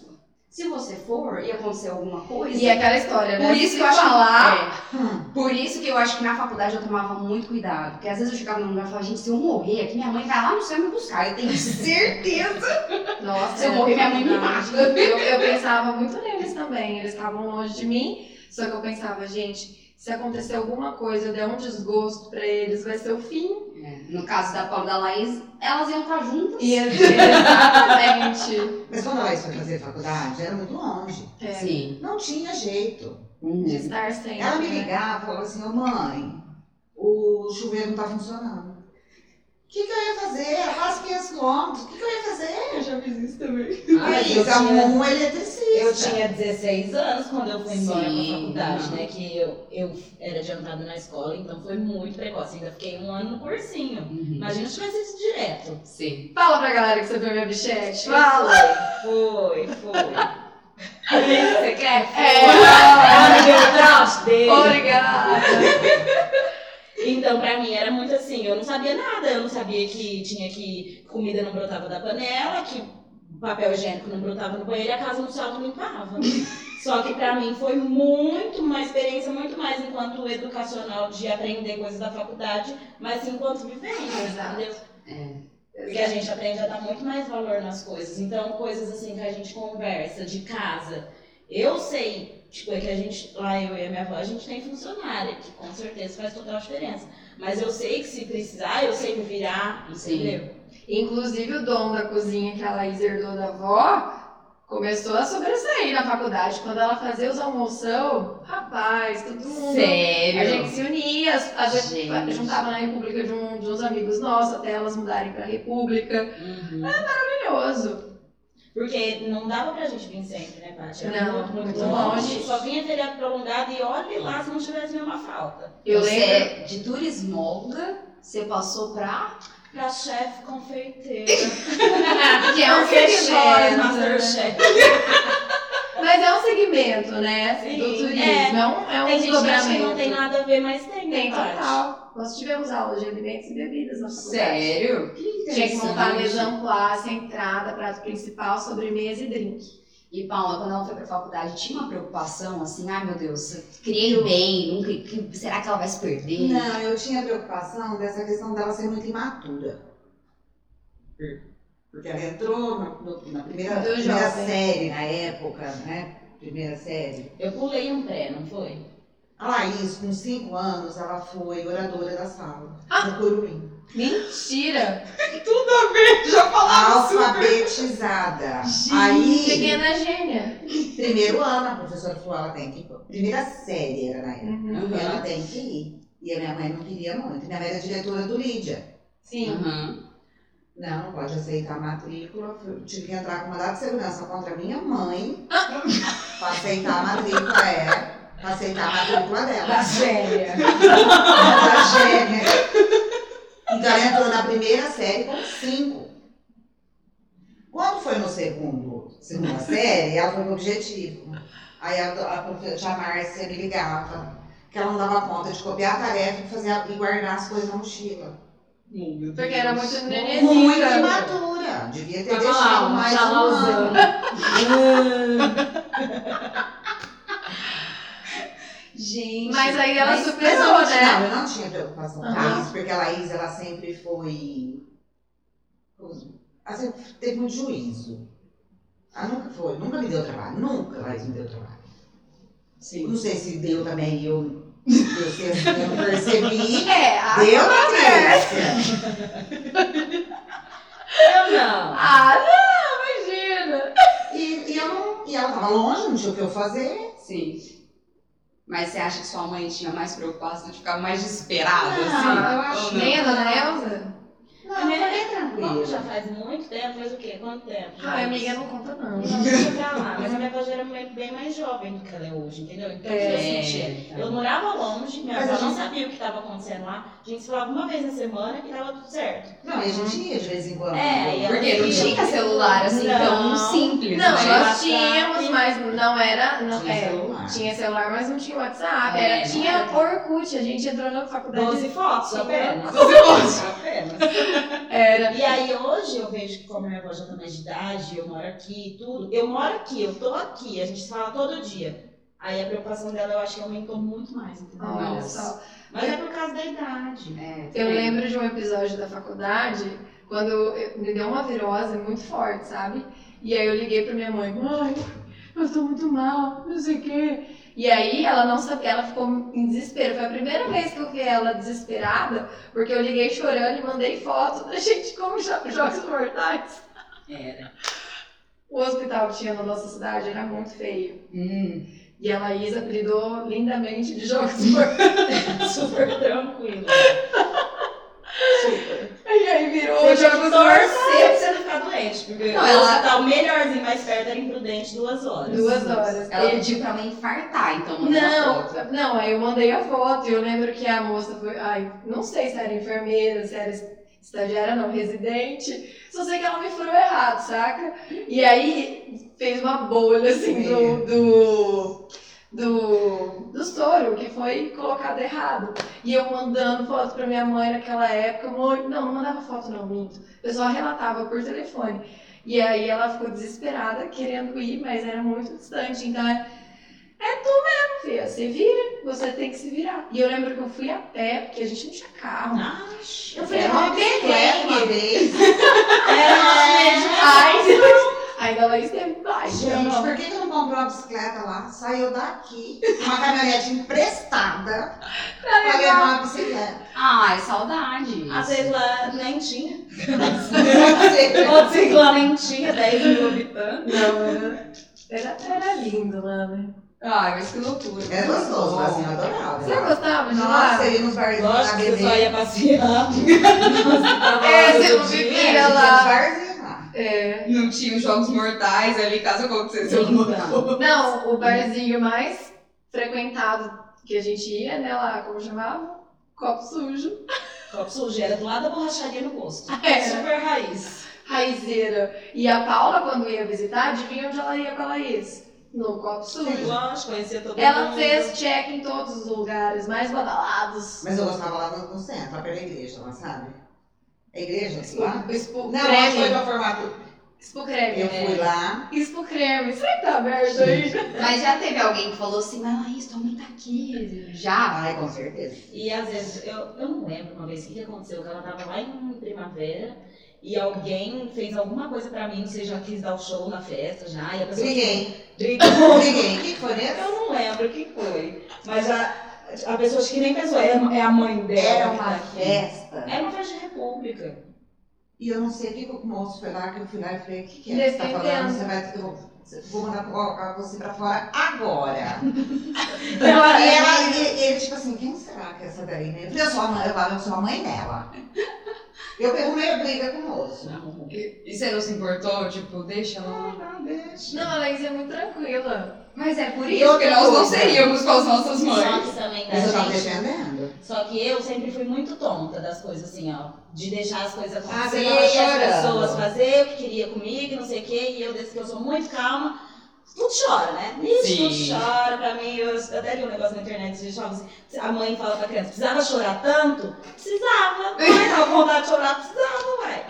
Speaker 1: Se você for e acontecer alguma coisa.
Speaker 2: E é aquela história, né?
Speaker 1: Por isso
Speaker 2: Se
Speaker 1: que eu acho
Speaker 2: falar,
Speaker 1: que. é. Por isso que eu acho que na faculdade eu tomava muito cuidado. Porque às vezes eu chegava num lugar e falava, gente, se eu morrer aqui, minha mãe vai lá no céu me buscar. Eu tenho certeza.
Speaker 2: É. Nossa,
Speaker 1: Se é. eu morrer, minha mãe me
Speaker 2: verdade.
Speaker 1: mata.
Speaker 2: Eu, eu pensava muito neles também. Eles estavam longe de mim, só que eu pensava, gente, se acontecer alguma coisa, eu der um desgosto pra eles, vai ser o fim.
Speaker 1: É, No caso da Paula e da Laís, elas iam estar juntas.
Speaker 2: E
Speaker 1: *laughs*
Speaker 2: eles, exatamente.
Speaker 4: *laughs* Mas quando a Laís foi fazer faculdade, era muito longe.
Speaker 2: É,
Speaker 1: Sim. Uhum.
Speaker 4: Não tinha jeito.
Speaker 2: De estar sempre.
Speaker 4: Ela me
Speaker 2: né?
Speaker 4: ligava e falava assim, ô mãe, o chuveiro não tá funcionando. O que, que eu ia fazer? Eu faço 500 quilômetros. O que, que eu ia fazer?
Speaker 1: Eu já fiz isso também.
Speaker 3: Ah, mas
Speaker 4: Aí,
Speaker 2: é
Speaker 3: eu,
Speaker 4: você arrumou
Speaker 3: tinha,
Speaker 4: um eletricista.
Speaker 3: eu tinha 16 anos quando eu fui embora pra
Speaker 1: Sim.
Speaker 3: faculdade, né? Que eu, eu era adiantada na escola, então foi muito precoce. Ainda fiquei um ano no cursinho. Imagina se tivesse isso direto.
Speaker 1: Sim.
Speaker 2: Fala pra galera que você foi minha bichete. Fala.
Speaker 3: Foi,
Speaker 2: *laughs*
Speaker 3: foi. Você quer?
Speaker 2: É.
Speaker 3: Ela me deu
Speaker 2: né?
Speaker 3: o traste dele.
Speaker 2: Obrigada.
Speaker 3: Então, pra mim, era muito assim, eu não sabia nada, eu não sabia que tinha que comida não brotava da panela, que papel higiênico não brotava no banheiro e a casa não se limpava. Só que pra mim foi muito uma experiência, muito mais enquanto educacional de aprender coisas da faculdade, mas enquanto vivência,
Speaker 2: Exato.
Speaker 3: entendeu? Porque a gente aprende a dar muito mais valor nas coisas. Então, coisas assim que a gente conversa de casa. Eu sei, tipo, é que a gente, lá eu e a minha avó, a gente tem funcionária, que com certeza faz total diferença. Mas eu sei que se precisar, eu sei me virar,
Speaker 1: Sim.
Speaker 3: entendeu?
Speaker 2: Inclusive o dom da cozinha que a Laís herdou da avó começou a sobressair na faculdade. Quando ela fazia os almoção, rapaz, todo mundo.
Speaker 3: Sério?
Speaker 2: É. A gente se unia, as- a gente,
Speaker 3: Gente.
Speaker 2: juntava na República de, um, de uns amigos nossos, até elas mudarem pra República. É
Speaker 3: Uhum.
Speaker 2: Maravilhoso.
Speaker 3: Porque não dava pra gente vir sempre, né, Paty? Era
Speaker 2: Não,
Speaker 3: muito, muito
Speaker 2: muito
Speaker 3: longe.
Speaker 2: longe.
Speaker 3: Só vinha feriado prolongado e olhe lá se não tivesse nenhuma falta.
Speaker 2: Eu
Speaker 1: você é
Speaker 2: lembro. *laughs*
Speaker 3: é-
Speaker 1: de Turismolga, você passou pra.
Speaker 3: Pra chefe confeiteira.
Speaker 2: que *laughs* é um É
Speaker 3: Professores,
Speaker 2: segmento.
Speaker 3: Masterchef.
Speaker 2: Mas é um segmento, né?
Speaker 3: Sim,
Speaker 2: do turismo.
Speaker 3: é.
Speaker 2: É, um, é um
Speaker 3: Tem gente que
Speaker 2: desdobramento.
Speaker 3: não tem nada a ver, mas tem,
Speaker 2: Tem
Speaker 3: né, Paty?
Speaker 2: total. Nós tivemos aula de alimentos e bebidas na faculdade.
Speaker 1: Sério?
Speaker 2: Tinha que montar um a lesão classe, entrada, prato principal, sobremesa e drink.
Speaker 1: E Paula, quando ela foi pra faculdade, tinha uma preocupação assim, ai meu Deus, criei bem, nunca, que- será que ela vai se perder?
Speaker 4: Não, eu tinha preocupação dessa questão dela ser muito imatura. Porque ela entrou no- no- na primeira,
Speaker 2: Do
Speaker 4: primeira
Speaker 2: jovem.
Speaker 4: série, na época, né? Primeira série.
Speaker 3: Eu pulei um pré, não foi?
Speaker 4: A Laís, com 5 anos, ela foi oradora da sala,
Speaker 2: Ah.
Speaker 4: do Curuim.
Speaker 2: Mentira!
Speaker 1: Já
Speaker 4: Alfabetizada. Aí,
Speaker 2: Pequena gênia.
Speaker 4: primeiro ano, a professora falou, ela tem que ir. Primeira série era na época.
Speaker 2: Uhum.
Speaker 4: Ela tem que ir. E a minha mãe não queria muito. Minha mãe era diretora do Lídia.
Speaker 2: Sim.
Speaker 4: Não, não pode aceitar a matrícula. Eu tive que entrar com mandado de segurança contra a minha mãe pra aceitar a matrícula, é. Pra aceitar a matrícula dela.
Speaker 3: séria.
Speaker 2: *laughs*
Speaker 4: Da gêmea. Então ela entrou na primeira série com cinco. Quando foi no segundo, segunda série, ela foi no objetivo. Aí a, a professora Márcia me ligava, que ela não dava conta de copiar a tarefa e, fazer, a- e guardar as coisas na mochila.
Speaker 2: Porque era muito
Speaker 4: Muito
Speaker 2: nenenzinha.
Speaker 4: imatura. Devia ter
Speaker 2: Tava
Speaker 4: deixado
Speaker 2: lá, um
Speaker 4: mais um ano.
Speaker 1: Gente.
Speaker 2: Mas aí ela
Speaker 4: Mas eu
Speaker 2: superou,
Speaker 4: não tinha-
Speaker 2: né?
Speaker 4: Não, eu não tinha preocupação com
Speaker 2: Aham.
Speaker 4: isso, porque a Laís, ela sempre foi. Ela sempre teve muito juízo. Ela nunca foi, nunca me deu trabalho, nunca a Laís me deu trabalho.
Speaker 3: Sim.
Speaker 4: Não sei se deu também, eu, eu, sei, assim, eu não *laughs* percebi.
Speaker 2: É, a...
Speaker 4: Deu na Grécia.
Speaker 3: Eu não.
Speaker 2: Ah, não, imagina!
Speaker 4: E, e, eu não, e ela tava longe, não tinha o que eu fazer.
Speaker 1: Sim. Mas você acha que sua mãe tinha mais preocupação de ficar mais desesperada,
Speaker 4: Não,
Speaker 1: assim?
Speaker 4: eu acho-
Speaker 1: Ou não?
Speaker 2: Nem a dona Elza?
Speaker 4: Não, eu falei
Speaker 3: Como já
Speaker 4: tranquila.
Speaker 3: faz muito tempo, faz o quê? Quanto tempo?
Speaker 2: Ai, amiga, não conta não.
Speaker 3: Não, deixa pra lá. Mas a minha avó já era bem bem mais jovem do que ela é hoje, entendeu? Então,
Speaker 2: É.
Speaker 3: eu sentia.
Speaker 1: então.
Speaker 3: Eu morava longe, minha
Speaker 4: Mas
Speaker 3: avó
Speaker 4: a
Speaker 3: não
Speaker 4: gente-
Speaker 3: sabia o que estava acontecendo lá. A gente se falava uma vez na semana que tava tudo certo.
Speaker 4: Não, e a gente ia de vez em quando.
Speaker 3: É, e ela-
Speaker 1: Porque não tinha celular assim tão
Speaker 3: Não.
Speaker 1: simples,
Speaker 2: Não,
Speaker 1: né?
Speaker 3: tinha
Speaker 2: nós
Speaker 3: WhatsApp.
Speaker 2: tínhamos, mas não era. Não,
Speaker 4: Tinha
Speaker 2: é,
Speaker 4: celular.
Speaker 2: tinha celular, mas não tinha WhatsApp.
Speaker 1: É,
Speaker 2: era-
Speaker 1: não
Speaker 2: tinha
Speaker 1: era.
Speaker 2: Orkut, a gente entrou na faculdade.
Speaker 3: 12 fotos apenas.
Speaker 1: Você pode.
Speaker 3: *laughs* Apenas.
Speaker 2: Era.
Speaker 3: E aí hoje eu vejo que como minha avó já tá mais de idade, eu moro aqui e tudo. Eu moro aqui, eu tô aqui, a gente se fala todo dia. Aí a preocupação dela eu acho que aumentou muito mais, entendeu?
Speaker 2: Olha
Speaker 1: Nossa.
Speaker 2: só.
Speaker 3: Mas é por causa
Speaker 1: *laughs*
Speaker 3: da idade.
Speaker 1: É.
Speaker 2: Eu lembro de um episódio da faculdade quando eu- me deu uma virose muito forte, sabe? E aí eu liguei pra minha mãe, mãe, eu tô muito mal, não sei o quê. E aí ela não sabia, ela ficou em desespero. Foi a primeira vez que eu vi ela desesperada, porque eu liguei chorando e mandei foto da gente como jo- jogos mortais.
Speaker 3: Era.
Speaker 2: O hospital que tinha na nossa cidade era muito feio.
Speaker 1: Hum.
Speaker 2: E a Laís apelidou lindamente de jogos mortais. *laughs*
Speaker 3: Super tranquilo. Super.
Speaker 2: E aí virou
Speaker 3: Você tinha que
Speaker 2: jogos
Speaker 3: torcer
Speaker 2: mortais.
Speaker 3: pra você não ficar doente, porque tá
Speaker 1: Não,
Speaker 3: o
Speaker 1: ela-
Speaker 3: hospital melhorzinho mais perto era imprudente duas horas.
Speaker 2: Duas horas.
Speaker 1: Ela pediu pra mim infartar, então mandou a foto.
Speaker 2: Não, não, aí eu mandei a foto e eu lembro que a moça foi. Ai, não sei se era enfermeira, se era es- estagiária, não, residente. Só sei que ela me furou errado, saca? E aí fez uma bolha assim do. do... Do, do soro que foi colocado errado. E eu mandando foto pra minha mãe naquela época, mãe, não, não mandava foto, não, minto. O pessoal relatava por telefone. E aí ela ficou desesperada querendo ir, mas era muito distante. Então é, é tu mesmo, filha. Se vira, você tem que se virar. E eu lembro que eu fui a pé, porque a gente não tinha carro.
Speaker 3: Nossa.
Speaker 4: é
Speaker 2: Eu falei,
Speaker 4: Era uma
Speaker 2: "Ó,
Speaker 4: bicicleta
Speaker 2: perrengue."
Speaker 4: uma vez.
Speaker 3: Era uma média.
Speaker 2: Ai, Ainda lá esteve baixo.
Speaker 4: Gente, por que, que não comprou uma bicicleta lá? Saiu daqui, uma caminhonete emprestada pra levar uma bicicleta.
Speaker 1: Ai, Ah, é
Speaker 2: é.
Speaker 1: saudade.
Speaker 3: A sigla
Speaker 2: *laughs*
Speaker 3: nem tinha.
Speaker 4: Você-
Speaker 3: Outra sigla nem tinha, 10 mil habitantes.
Speaker 2: Não, era, era, era lindo lá, né?
Speaker 1: Ai, Ah, mas que loucura.
Speaker 4: *laughs* É gostoso, mas assim, eu adorava.
Speaker 2: Você gostava de lá?
Speaker 4: Nossa, eu ia nos barzinhos
Speaker 3: Lógico
Speaker 4: pra
Speaker 3: que você só
Speaker 4: beber.
Speaker 3: ia passear.
Speaker 2: É, você não
Speaker 4: É,
Speaker 2: vivia
Speaker 4: ia nos
Speaker 2: lá.
Speaker 4: barzinhos lá.
Speaker 2: É.
Speaker 1: Não tinha os jogos mortais ali, caso acontecesse alguma
Speaker 4: Então,
Speaker 2: Não, o barzinho mais frequentado que a gente ia, né, lá, como chamava? Copo sujo.
Speaker 3: Copo sujeira do lado da borracharia no gosto.
Speaker 2: Era.
Speaker 3: Super raiz.
Speaker 2: Raizeira. E a Paula, quando ia visitar, adivinha onde ela ia com a Laís? No copo sujo.
Speaker 3: Lógico, conhecia todo
Speaker 2: Ela
Speaker 3: mundo.
Speaker 2: fez check em todos os lugares mais badalados.
Speaker 4: Mas eu gostava lá no, no centro, lá pela igreja, lá, sabe? A igreja, sei lá.
Speaker 2: O Expo
Speaker 4: Não, mas foi
Speaker 2: creme.
Speaker 4: pra formatura.
Speaker 2: Expo creme. né?
Speaker 4: Eu fui lá.
Speaker 2: Expo creme. Será que tá aberto aí?
Speaker 1: Mas já teve alguém que falou assim, mas Laís, tua mãe tá aqui. Já?
Speaker 4: Ai, com certeza.
Speaker 3: E às vezes, eu, eu não lembro uma vez o que, que aconteceu, que ela tava lá em primavera e alguém fez alguma coisa pra mim, não sei, já quis dar o show na festa já, e a pessoa.
Speaker 4: Briguei.
Speaker 3: Brigou.
Speaker 4: Briguei. O que que foi nesse?
Speaker 3: Eu não lembro o que foi, mas a, a pessoa acho que nem pensou, é, é a mãe dela.
Speaker 4: Era
Speaker 3: que tá
Speaker 4: uma
Speaker 3: aqui.
Speaker 4: festa.
Speaker 3: Era uma festa de república.
Speaker 4: E eu não sei o que, que o moço foi lá, que eu fui lá e falei, o que, que é que você tá
Speaker 2: Defendendo.
Speaker 4: falando? Você vai, eu vou- vou mandar colocar você pra fora
Speaker 2: *laughs*
Speaker 4: agora.
Speaker 3: Ela,
Speaker 2: é
Speaker 4: e ela, e- ele, tipo assim, quem será que é essa daí, né? Eu falei, eu sou a mãe, eu falei, eu sou a mãe dela. Eu arrumei a briga com o moço.
Speaker 3: Não.
Speaker 1: E, e você não se importou? Tipo, deixa ela.
Speaker 4: Ah, não, deixa.
Speaker 2: Não, a Laís é muito tranquila.
Speaker 1: Mas é por
Speaker 4: E
Speaker 1: isso
Speaker 4: outra
Speaker 1: que nós não
Speaker 4: coisa.
Speaker 1: seríamos com as nossas
Speaker 3: Só
Speaker 1: mães.
Speaker 3: que também da
Speaker 2: É,
Speaker 4: Mas eu tava
Speaker 3: gente-
Speaker 4: tá defendendo.
Speaker 3: Só que eu sempre fui muito tonta das coisas assim, ó. De deixar as coisas
Speaker 4: Ah,
Speaker 3: acontecer,
Speaker 4: você tava
Speaker 3: e as
Speaker 4: chorando.
Speaker 3: pessoas fazer o que queria comigo, não sei o quê. E eu, desde que eu sou muito calma, tudo chora, né? Isso,
Speaker 1: Sim.
Speaker 3: tudo chora. Pra mim, eu, eu até li um negócio na internet de jovens. assim, A mãe fala pra criança, precisava chorar tanto? Precisava. Mas tava com vontade de chorar, precisava, ué.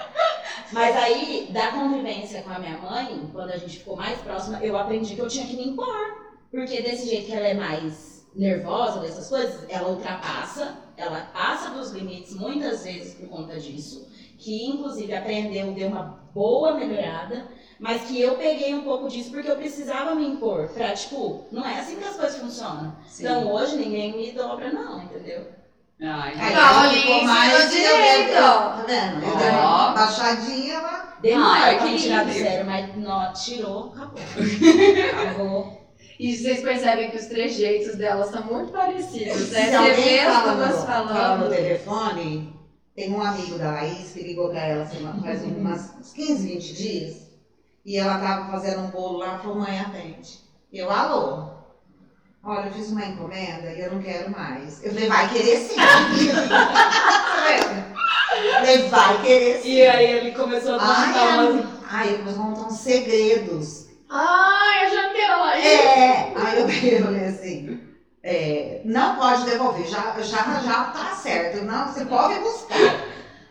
Speaker 3: Mas aí, da convivência com a minha mãe, quando a gente ficou mais próxima, eu aprendi que eu tinha que me impor. Porque desse jeito que ela é mais nervosa dessas coisas, ela ultrapassa, ela passa dos limites muitas vezes por conta disso, que inclusive aprendeu, deu uma boa melhorada, mas que eu peguei um pouco disso porque eu precisava me impor, pra tipo, não é assim que as coisas funcionam.
Speaker 1: Sim.
Speaker 3: Então hoje ninguém me dobra não, entendeu?
Speaker 1: Ai,
Speaker 4: Aí
Speaker 1: tá.
Speaker 4: ela
Speaker 2: Olha,
Speaker 4: ficou
Speaker 2: ensinou
Speaker 4: mais eu
Speaker 2: direito,
Speaker 4: dei-
Speaker 2: ó.
Speaker 4: Tá vendo? Eu
Speaker 1: Ó.
Speaker 4: dei uma baixadinha, ela...
Speaker 1: Ai,
Speaker 3: Então, Demora pra
Speaker 1: que
Speaker 3: me tirar do
Speaker 1: lindo.
Speaker 3: sério, mas não, tirou, acabou. acabou.
Speaker 2: E vocês percebem que os trejeitos dela são muito parecidos, né?
Speaker 4: Se
Speaker 2: Você
Speaker 4: alguém
Speaker 2: vê as
Speaker 4: fala
Speaker 2: duas
Speaker 4: no- fala no
Speaker 2: falando.
Speaker 4: telefone, tem um amigo da Laís que ligou pra ela semana- faz um, umas, uns 15, 20 dias. E ela tava fazendo um bolo lá, falou, mãe, atende. Eu, alô. Olha, eu fiz uma encomenda e eu não quero mais. Eu falei, vai querer sim. *laughs* Eu falei, vai querer sim.
Speaker 3: E aí ele começou a
Speaker 4: Ai,
Speaker 3: contar umas
Speaker 4: Ai, eu vou contar uns segredos.
Speaker 2: Ai, Ah, eu já vi ela aí.
Speaker 4: É, aí eu peguei e falei assim, é, não pode devolver, já, já, já tá certo, não, você pode buscar.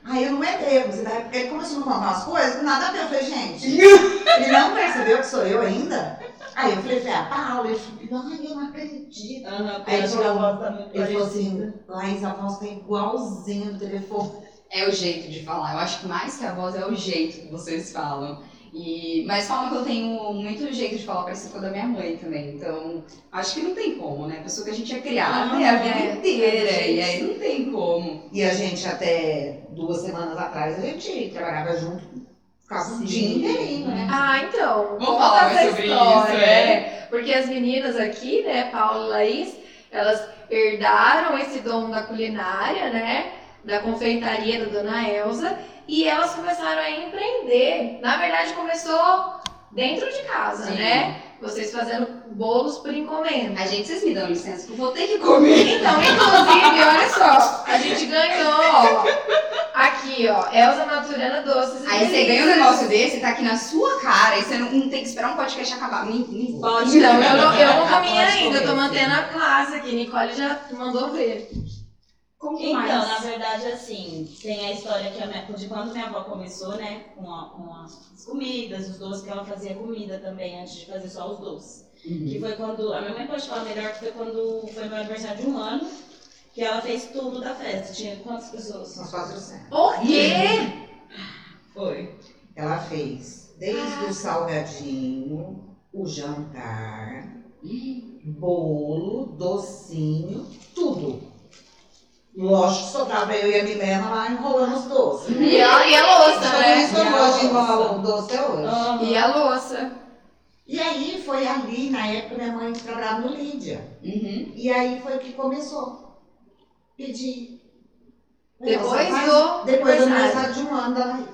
Speaker 4: Aí eu não aguentei, você tá- porque ele começou a me contar umas coisas, nada a ver, eu falei, gente, ele não percebeu que sou eu ainda? Aí eu falei, a Paula, ele falou, ai, eu não acredito.
Speaker 3: Aham,
Speaker 4: Aí
Speaker 3: eu acho que a voz tá muito
Speaker 4: Ele falou
Speaker 3: parecida.
Speaker 4: assim, Laís, a voz tá igualzinha do telefone.
Speaker 1: É o jeito de falar. Eu acho que mais que a voz é o jeito que vocês falam. E, mas falam que eu tenho muito jeito de falar parecido com o da minha mãe também. Então, acho que não tem como, né? A pessoa que a gente é criada
Speaker 3: Ah,
Speaker 1: é a
Speaker 2: é.
Speaker 1: vida inteira. E aí não tem como.
Speaker 4: E a gente até duas semanas atrás, a gente trabalhava junto, ficava um
Speaker 1: Sim.
Speaker 4: dia inteirinho, né?
Speaker 2: Ah, então.
Speaker 1: Vamos falar mais
Speaker 2: essa
Speaker 1: sobre
Speaker 2: história,
Speaker 1: isso, é.
Speaker 2: Porque as meninas aqui, né, Paula e Laís, elas herdaram esse dom da culinária, né? Da confeitaria da dona Elza. E elas começaram a empreender. Na verdade, começou dentro de casa,
Speaker 1: Sim.
Speaker 2: né? Vocês fazendo bolos por encomenda.
Speaker 1: A gente, vocês me dão licença que eu vou ter que comer.
Speaker 2: Então, inclusive, olha só, a gente ganhou, ó, aqui, ó, Elza Maturana Doces. e
Speaker 1: Aí você
Speaker 2: Delícias.
Speaker 1: ganha um negócio desse, tá aqui na sua cara, e você não, não tem que esperar um podcast acabar. Me, me-
Speaker 3: Pode
Speaker 2: Então, eu
Speaker 3: comer.
Speaker 2: não, eu não
Speaker 1: Tá
Speaker 3: Pode
Speaker 2: comi ainda, eu tô
Speaker 3: comer,
Speaker 2: mantendo a classe aqui, Nicole já mandou ver.
Speaker 1: Como que
Speaker 3: Então,
Speaker 1: um mais?
Speaker 3: na verdade, assim, tem a história que a minha, de quando minha avó começou, né, com, a- com as comidas, os doces, que ela fazia comida também, antes de fazer só os doces.
Speaker 4: Uhum.
Speaker 3: Que foi quando, a minha mãe pode falar melhor, que foi quando foi meu aniversário de um ano, que ela fez tudo da festa. Tinha quantas pessoas?
Speaker 4: São os 400.
Speaker 2: Por quê?
Speaker 3: Foi.
Speaker 4: Ela fez Desde o salgadinho, o jantar,
Speaker 1: Uhum.
Speaker 4: bolo, docinho, tudo. Lógico que sobrava eu e a Milena lá enrolando os doces. Tá
Speaker 2: E a, e a louça,
Speaker 4: Por
Speaker 2: né?
Speaker 4: isso que eu gosto de enrolar o doce até hoje.
Speaker 3: Aham.
Speaker 2: E a louça.
Speaker 4: E aí foi ali, na época, minha mãe trabalhava no Lídia.
Speaker 1: Uhum.
Speaker 4: E aí foi que começou. Pedi.
Speaker 2: Depois
Speaker 4: Nossa,
Speaker 2: do
Speaker 4: Depois do
Speaker 2: aniversário.
Speaker 4: aniversário de um ano da Laís.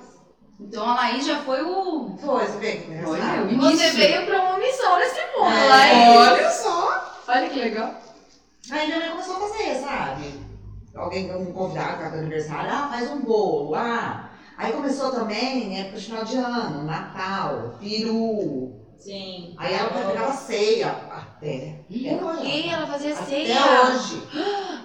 Speaker 1: Então a Laís já foi o.
Speaker 4: Foi, você vê que engraçado.
Speaker 1: Olha, o
Speaker 2: Você
Speaker 1: início.
Speaker 2: veio pra uma missão nesse mundo, né?
Speaker 4: É.
Speaker 2: Laís.
Speaker 1: Olha só!
Speaker 2: Olha que legal.
Speaker 4: Aí minha mãe começou a fazer, sabe? Alguém me convidava para o aniversário, ah, faz um bolo, ah. Aí começou também, época de final de ano, Natal, peru.
Speaker 3: Sim.
Speaker 4: Aí ela pegava ceia, até. até hoje.
Speaker 2: E ela fazia
Speaker 4: Até
Speaker 2: ceia.
Speaker 4: hoje.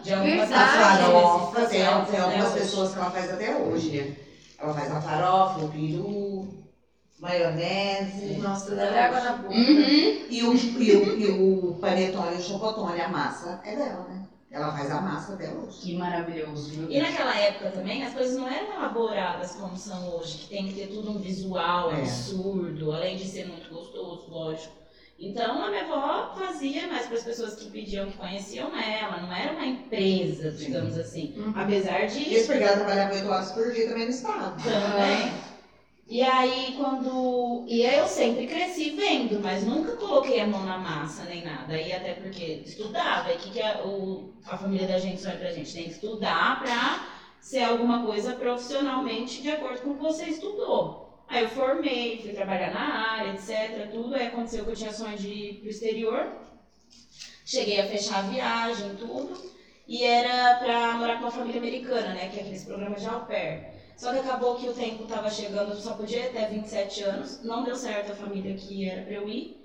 Speaker 3: De algumas
Speaker 4: A
Speaker 2: Verdade. Ah,
Speaker 4: farofa, tem,
Speaker 3: farofa,
Speaker 4: tem
Speaker 2: é
Speaker 3: né,
Speaker 4: algumas
Speaker 3: hoje.
Speaker 4: pessoas que ela faz até hoje,
Speaker 1: é.
Speaker 4: né? Ela faz a farofa, o peru, maionese
Speaker 2: Nossa, dá até água na boca.
Speaker 1: Uhum.
Speaker 4: e o, e o, e o panetone, o chocotone, a massa é dela, né? Ela faz a massa até hoje.
Speaker 1: Que maravilhoso, viu?
Speaker 3: E naquela época também, as coisas não eram elaboradas como são hoje, que tem que ter tudo um visual
Speaker 4: É.
Speaker 3: absurdo, além de ser muito gostoso, lógico. Então a minha avó fazia mais para as pessoas que pediam, que conheciam ela, não era uma empresa, digamos assim.
Speaker 2: Uhum.
Speaker 3: Apesar de
Speaker 4: E esse porque ela trabalhava 8 horas por dia também no estado.
Speaker 3: também. E aí quando. E aí eu sempre cresci vendo, mas nunca coloquei a mão na massa nem nada. E até porque estudava. E o que, que a, o- a família da gente sonha pra gente? Tem que estudar pra ser alguma coisa profissionalmente de acordo com o que você estudou. Aí eu formei, fui trabalhar na área, etc. Tudo. Aí aconteceu que eu tinha sonho de ir pro exterior. Cheguei a fechar a viagem, tudo. E era pra morar com uma família americana, né? Que é aqueles programas de au pair. Só que acabou que o tempo tava chegando, eu só podia até 27 anos. Não deu certo a família que era pra eu ir.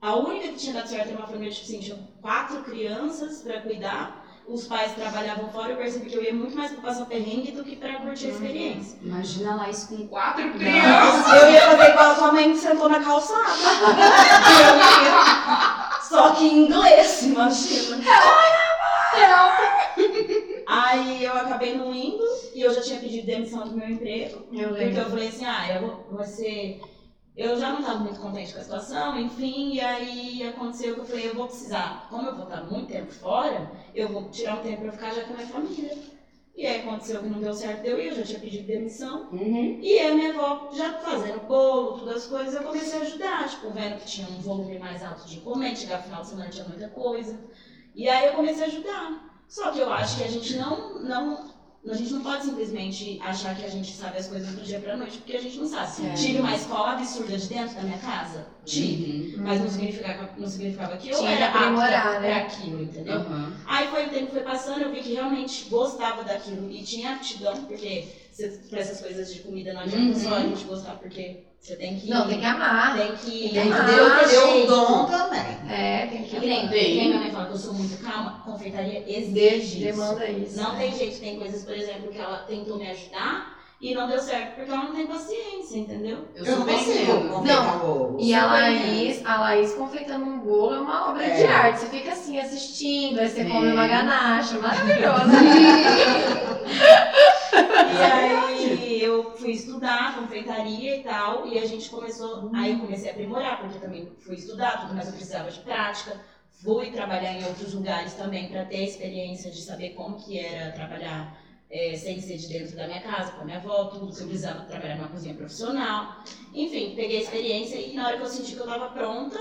Speaker 3: A única que tinha dado certo era uma família, tipo assim, tinha quatro crianças pra cuidar. Os pais trabalhavam fora, eu percebi que eu ia muito mais pra passar perrengue do que pra curtir a experiência.
Speaker 1: Imagina a Laís com quatro crianças.
Speaker 3: Eu ia fazer igual a sua mãe que sentou na calçada. Eu ia. Só que em inglês, imagina. Aí eu acabei não indo e eu já tinha pedido demissão do meu emprego.
Speaker 2: Eu
Speaker 3: Porque
Speaker 2: lembro.
Speaker 3: eu falei assim, ah, eu vou- vou ser. Eu já não estava muito contente com a situação, enfim, e aí aconteceu que eu falei, eu vou precisar, como eu vou estar muito tempo fora, eu vou tirar um tempo para ficar já com a minha família. E aí aconteceu que não deu certo, deu eu já tinha pedido demissão.
Speaker 1: Uhum.
Speaker 3: E a minha avó já fazendo bolo, todas as coisas, eu comecei a ajudar, tipo, vendo que tinha um volume mais alto de encomenda, chegava final de semana tinha muita coisa. E aí eu comecei a ajudar. Só que eu acho que a gente não, não, a gente não pode simplesmente achar que a gente sabe as coisas do dia pra noite, porque a gente não sabe.
Speaker 2: É.
Speaker 1: Sim.
Speaker 3: Tive uma escola absurda de dentro da minha casa? Tive.
Speaker 1: Uhum.
Speaker 3: Então, Mas não significava, não significava que eu
Speaker 2: Tinha que
Speaker 3: era
Speaker 2: aprimorar,
Speaker 3: apta
Speaker 2: né?
Speaker 3: pra aquilo, entendeu?
Speaker 1: Uhum.
Speaker 3: Aí foi o tempo que foi passando, eu vi que realmente gostava daquilo e tinha aptidão, porque cê- pra essas coisas de comida não adianta
Speaker 1: Uhum.
Speaker 3: só a gente gostar, porque você tem que.
Speaker 2: Não, tem que amar.
Speaker 3: Tem que.
Speaker 2: tem que
Speaker 4: Ah,
Speaker 2: Ah,
Speaker 4: deu, deu o
Speaker 3: jeito.
Speaker 4: dom também.
Speaker 2: É, tem que
Speaker 3: Que nem,
Speaker 2: amar.
Speaker 1: Tem.
Speaker 3: que nem minha mãe fala que eu sou muito calma, confeitaria exige isso.
Speaker 2: Demanda isso.
Speaker 3: Não
Speaker 2: né?
Speaker 3: tem jeito, tem coisas, por exemplo, que ela tentou me ajudar e não deu certo, porque ela não tem paciência, entendeu?
Speaker 1: Eu,
Speaker 4: Eu,
Speaker 1: sou
Speaker 4: não
Speaker 1: bem
Speaker 4: consigo
Speaker 1: entendo.
Speaker 4: confeitar bolo.
Speaker 2: E a Laís, a Laís confeitando um bolo é uma obra de
Speaker 4: É.
Speaker 2: arte. Você fica assim assistindo, aí você
Speaker 1: É.
Speaker 2: come uma ganache, maravilhosa.
Speaker 3: E aí eu fui estudar confeitaria e tal, e a gente começou, aí eu comecei a aprimorar, porque também fui estudar tudo, mas eu precisava de prática. Fui trabalhar em outros lugares também para ter a experiência de saber como que era trabalhar eh, sem ser de dentro da minha casa, com a minha avó, tudo, se eu precisava trabalhar numa cozinha profissional. Enfim, peguei a experiência e na hora que eu senti que eu estava pronta,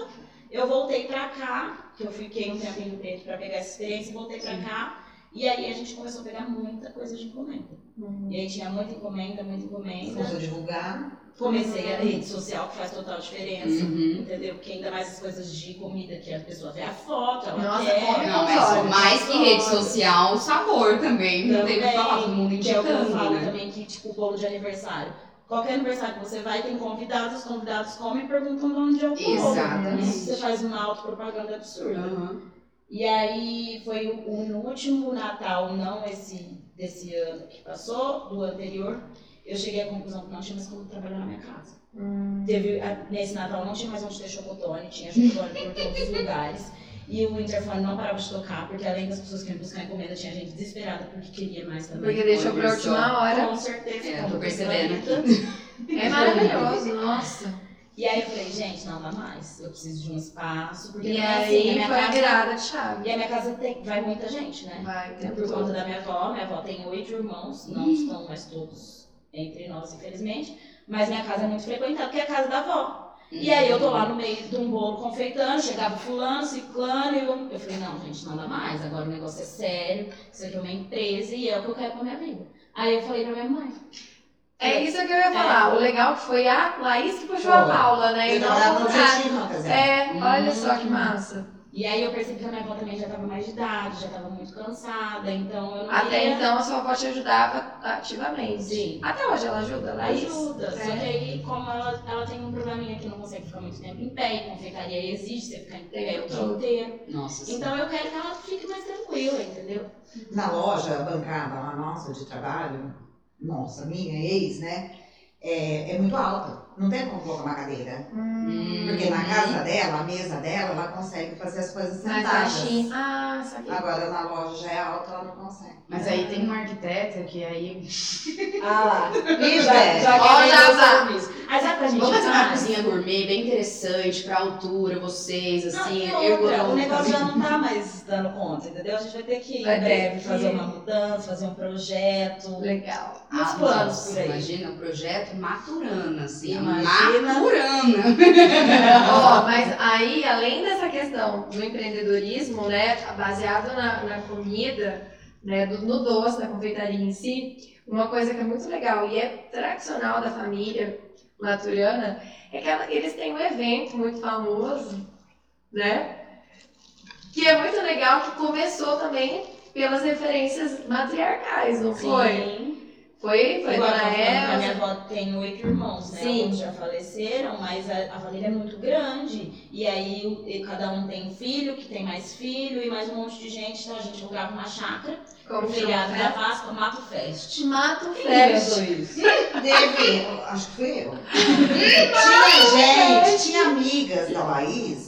Speaker 3: eu voltei para cá, que eu fiquei um tempinho preto para pegar essa experiência, voltei para cá, e aí a gente começou a pegar muita coisa de encomenda. E aí tinha muita encomenda, muita encomenda.
Speaker 4: Começou a divulgar.
Speaker 3: Comecei a rede social, que faz total diferença.
Speaker 1: Uhum.
Speaker 3: Entendeu? Porque ainda mais as coisas de comida que a pessoa vê a foto, ela
Speaker 2: Nossa,
Speaker 3: quer.
Speaker 2: come.
Speaker 1: Não, mas
Speaker 2: Olha,
Speaker 1: mais que rede
Speaker 2: olha.
Speaker 1: social, o sabor também. Não tem o que
Speaker 3: Também,
Speaker 1: falar, todo mundo
Speaker 3: Que é o que eu
Speaker 1: indicando,
Speaker 3: falo
Speaker 1: né?
Speaker 3: também, que tipo, bolo de aniversário. Qualquer aniversário que você vai, tem convidados, os convidados comem e perguntam de onde é o bolo. Isso
Speaker 1: Exatamente.
Speaker 3: Você faz uma autopropaganda absurda.
Speaker 1: Uhum.
Speaker 3: E aí foi o, o último Natal, não esse desse ano que passou, do anterior, eu cheguei à conclusão que não tinha mais como trabalhar na minha casa. Teve, a- nesse Natal não tinha mais onde ter chocotone, tinha chocotone por todos os lugares. E o interfone não parava de tocar, porque além das pessoas que iam buscar encomenda, tinha gente desesperada porque queria mais também.
Speaker 2: Porque deixou
Speaker 1: Olha
Speaker 2: pra
Speaker 1: só.
Speaker 2: última hora.
Speaker 3: Com certeza.
Speaker 1: É,
Speaker 3: como
Speaker 1: tô
Speaker 3: pessoa
Speaker 1: percebendo
Speaker 3: adulta.
Speaker 2: É maravilhoso, nossa.
Speaker 3: E aí eu falei, gente, não dá mais. Eu preciso de um espaço, porque
Speaker 2: E
Speaker 3: não é assim, a
Speaker 2: aí
Speaker 3: minha
Speaker 2: foi a
Speaker 3: casa.
Speaker 2: virada de chave.
Speaker 3: E a minha casa tem, vai muita gente, né?
Speaker 2: Vai, o tempo
Speaker 3: Por conta
Speaker 2: todo.
Speaker 3: da minha avó, minha avó tem oito irmãos, não estão mais todos entre nós, infelizmente. Mas minha casa é muito frequentada, porque é a casa da avó. E aí eu tô lá no meio de um bolo confeitando, chegava fulano, ciclano, e eu, eu falei, não, gente, não dá mais, agora o negócio é sério, isso aqui é uma empresa e é o que eu quero pra minha vida. Aí eu falei pra minha mãe,
Speaker 2: É isso que eu ia falar. O legal que foi a Laís que puxou a
Speaker 4: Foi.
Speaker 2: Paula, né? E
Speaker 4: Eu
Speaker 2: não
Speaker 4: morava
Speaker 2: o
Speaker 4: no
Speaker 2: contrário.
Speaker 4: Jardim Rocas, é.
Speaker 2: É, olha só que
Speaker 3: Hum.
Speaker 2: massa.
Speaker 3: e aí eu percebi que a minha avó também já tava mais de idade, já tava muito cansada, então eu não
Speaker 2: Até
Speaker 3: ia-
Speaker 2: então a sua avó te ajudava ativamente.
Speaker 3: Sim.
Speaker 2: Até hoje ela ajuda,
Speaker 3: Ela
Speaker 2: Laís?
Speaker 3: ajuda, só
Speaker 2: É.
Speaker 3: que aí, como ela, ela tem um probleminha que não consegue ficar muito tempo em pé, e confeitaria exige você ficar em pé o dia inteiro.
Speaker 1: Nossa senhora.
Speaker 3: Então eu quero que ela fique mais tranquila, entendeu?
Speaker 4: Na loja bancada lá nossa de trabalho, nossa, minha ex, né? É, é muito alta. Não tem como colocar uma cadeira.
Speaker 2: Hum,
Speaker 1: Uhum.
Speaker 4: Porque na casa dela, a mesa dela, ela consegue fazer as coisas
Speaker 2: mais
Speaker 4: sentadas.
Speaker 2: baixinho. Ah, saquei.
Speaker 4: Agora na loja já é alta, ela não consegue.
Speaker 5: Mas aí tem um arquiteta que aí.
Speaker 3: Ah lá.
Speaker 4: Ih, velho.
Speaker 5: Ó,
Speaker 2: quer
Speaker 5: já
Speaker 2: vender
Speaker 5: tá.
Speaker 3: Aí sabe o que a gente
Speaker 1: Vamos fazer uma
Speaker 3: faz?
Speaker 1: cozinha gourmet bem interessante, pra altura, vocês,
Speaker 3: Não,
Speaker 1: assim,
Speaker 3: e outra, o
Speaker 1: ergonômica.
Speaker 3: negócio já não tá mais dando conta, entendeu? A gente vai ter que, em
Speaker 2: Vai ter
Speaker 3: breve,
Speaker 2: que-
Speaker 3: fazer uma mudança, fazer um projeto.
Speaker 2: Legal.
Speaker 3: Uns
Speaker 1: Ah,
Speaker 3: planos
Speaker 1: nossa,
Speaker 3: por aí.
Speaker 1: Imagina o projeto Maturana, assim. a
Speaker 3: Imagina.
Speaker 1: Maturana.
Speaker 2: Ó, mas aí, além dessa questão do empreendedorismo, né, baseado na, na comida, né, do- no doce, na confeitaria em si, uma coisa que é muito legal e é tradicional da família maturiana é que ela- eles têm um evento muito famoso, né, que é muito legal, que começou também pelas referências matriarcais, não foi?
Speaker 3: Sim.
Speaker 2: Foi, foi
Speaker 3: Igual eu tava
Speaker 2: Dona
Speaker 3: falando, a minha
Speaker 2: Elza.
Speaker 3: avó tem oito irmãos, né?
Speaker 2: Sim.
Speaker 3: Alguns já faleceram, mas a, a família é muito grande. E aí o- e cada um tem um filho, que tem mais filho, e mais um monte de gente. Então a gente alugava uma chácara,
Speaker 2: Como
Speaker 3: o feriado da
Speaker 2: chama?
Speaker 3: Páscoa, Mato Fest.
Speaker 2: Mato Fest.
Speaker 4: Teve, acho que foi eu. tinha gente, tinha amigas da Laís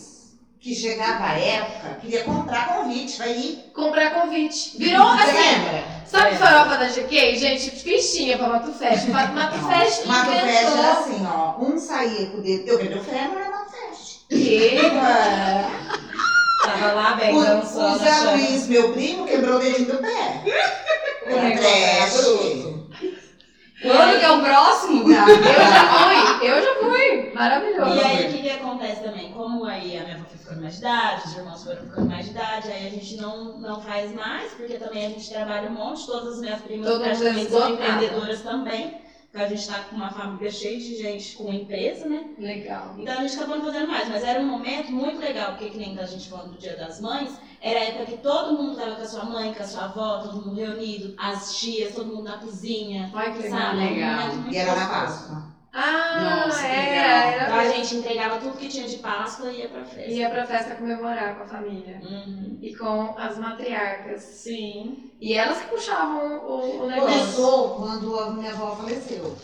Speaker 4: que chegava a época, queria comprar convite pra ir.
Speaker 2: Comprar convite. Virou
Speaker 4: Você
Speaker 2: assim.
Speaker 4: lembra?
Speaker 2: Sabe
Speaker 3: É.
Speaker 2: farofa da GK? Gente, fichinha pra Mato Fest.
Speaker 4: *laughs*
Speaker 2: Mato, Mato Fest
Speaker 4: Mato Fest era
Speaker 2: inventou.
Speaker 4: assim, ó. Um saía com o dedo. Eu bebi o fêmur era Mato Fest.
Speaker 2: Eita!
Speaker 3: Tava lá, bem,
Speaker 4: O, o
Speaker 3: dançando.
Speaker 4: Zé
Speaker 3: achando.
Speaker 4: Luiz, meu primo, quebrou o dedinho do pé.
Speaker 3: O negócio era
Speaker 4: Trash.
Speaker 3: bruto.
Speaker 1: Quando que é o próximo?
Speaker 4: Não,
Speaker 2: Eu já fui, eu já fui.
Speaker 3: E
Speaker 2: Maravilhoso.
Speaker 3: aí, o que, que acontece também? Como aí a minha avó foi ficando mais de idade, os irmãos foram ficando mais de idade, aí a gente não, não faz mais, porque também a gente trabalha um monte, todas as minhas primas
Speaker 2: Todo mundo
Speaker 3: praticamente são
Speaker 2: esgotado.
Speaker 3: empreendedoras também. Porque a gente tá com uma família cheia de gente com empresa, né?
Speaker 2: Legal.
Speaker 3: Então a gente acabou não fazendo mais. Mas era um momento muito legal, porque que nem a gente falando do Dia das Mães, era a época que todo mundo tava com a sua mãe, com a sua avó, todo mundo reunido, as tias, todo mundo na cozinha.
Speaker 2: Olha que legal.
Speaker 3: Sabe?
Speaker 4: né?
Speaker 1: legal.
Speaker 3: Um momento muito
Speaker 4: E era na
Speaker 3: gostoso.
Speaker 4: Páscoa.
Speaker 2: Ah,
Speaker 1: Nossa, que
Speaker 2: era,
Speaker 3: Então a
Speaker 2: era.
Speaker 3: gente entregava tudo que tinha de Páscoa e ia pra festa.
Speaker 2: Ia pra festa comemorar com a família.
Speaker 3: Uhum.
Speaker 2: E com as matriarcas.
Speaker 3: Sim.
Speaker 2: E elas que puxavam o, o negócio.
Speaker 4: Começou é quando a minha avó faleceu.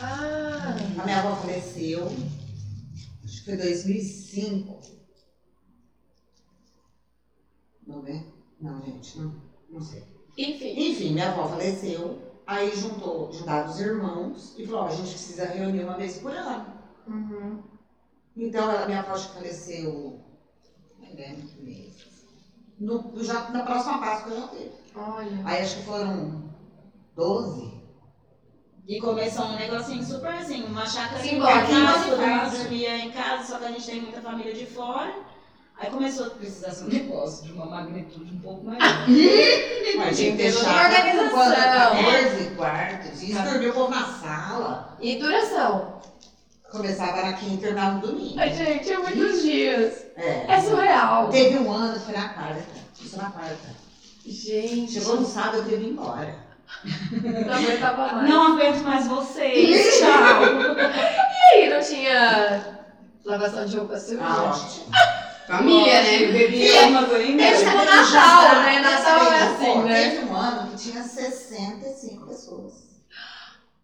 Speaker 2: Ah,
Speaker 4: A minha avó faleceu, acho que foi 2005. Vamos ver? Não, gente, não, não sei.
Speaker 2: enfim.
Speaker 4: Enfim, minha avó faleceu, aí juntou, juntaram os irmãos e falou: ó, a gente precisa reunir uma vez por ano.
Speaker 2: Uhum.
Speaker 4: Então, a minha avó acho que faleceu. não lembro que mês. No, já, na próxima Páscoa já teve.
Speaker 2: Olha.
Speaker 4: Aí acho que foram 12.
Speaker 3: E começou um negocinho super assim, uma chácara aqui em
Speaker 2: Simbólico,
Speaker 3: casa,
Speaker 4: né?
Speaker 3: todo mundo
Speaker 4: Fácil.
Speaker 3: dormia em casa, só que a gente tem muita família de fora. Aí começou a precisar ser um negócio de uma magnitude um pouco maior.
Speaker 4: Mas tinha que
Speaker 2: Tem toda
Speaker 4: deixar.
Speaker 2: uma organização, né?
Speaker 4: 14 quartos. E dormiu o povo na sala.
Speaker 2: E duração.
Speaker 4: Começava na quinta e terminava no domingo.
Speaker 2: Ai, gente, é muitos dias.
Speaker 4: É.
Speaker 2: É surreal.
Speaker 4: Teve um ano que foi na quarta. Isso na quarta.
Speaker 2: Gente,
Speaker 4: Chegou no sábado, eu teve embora.
Speaker 2: não aguentava mais.
Speaker 3: Não aguento mais
Speaker 2: *laughs*
Speaker 3: vocês, tchau!
Speaker 2: E aí, não tinha lavação de roupa suja?
Speaker 4: Ah, ótimo.
Speaker 1: Família, né?
Speaker 3: Bebia uma coringa.
Speaker 2: É tipo Natal, né? Natal é assim, né?
Speaker 4: Teve um ano que tinha 65 pessoas.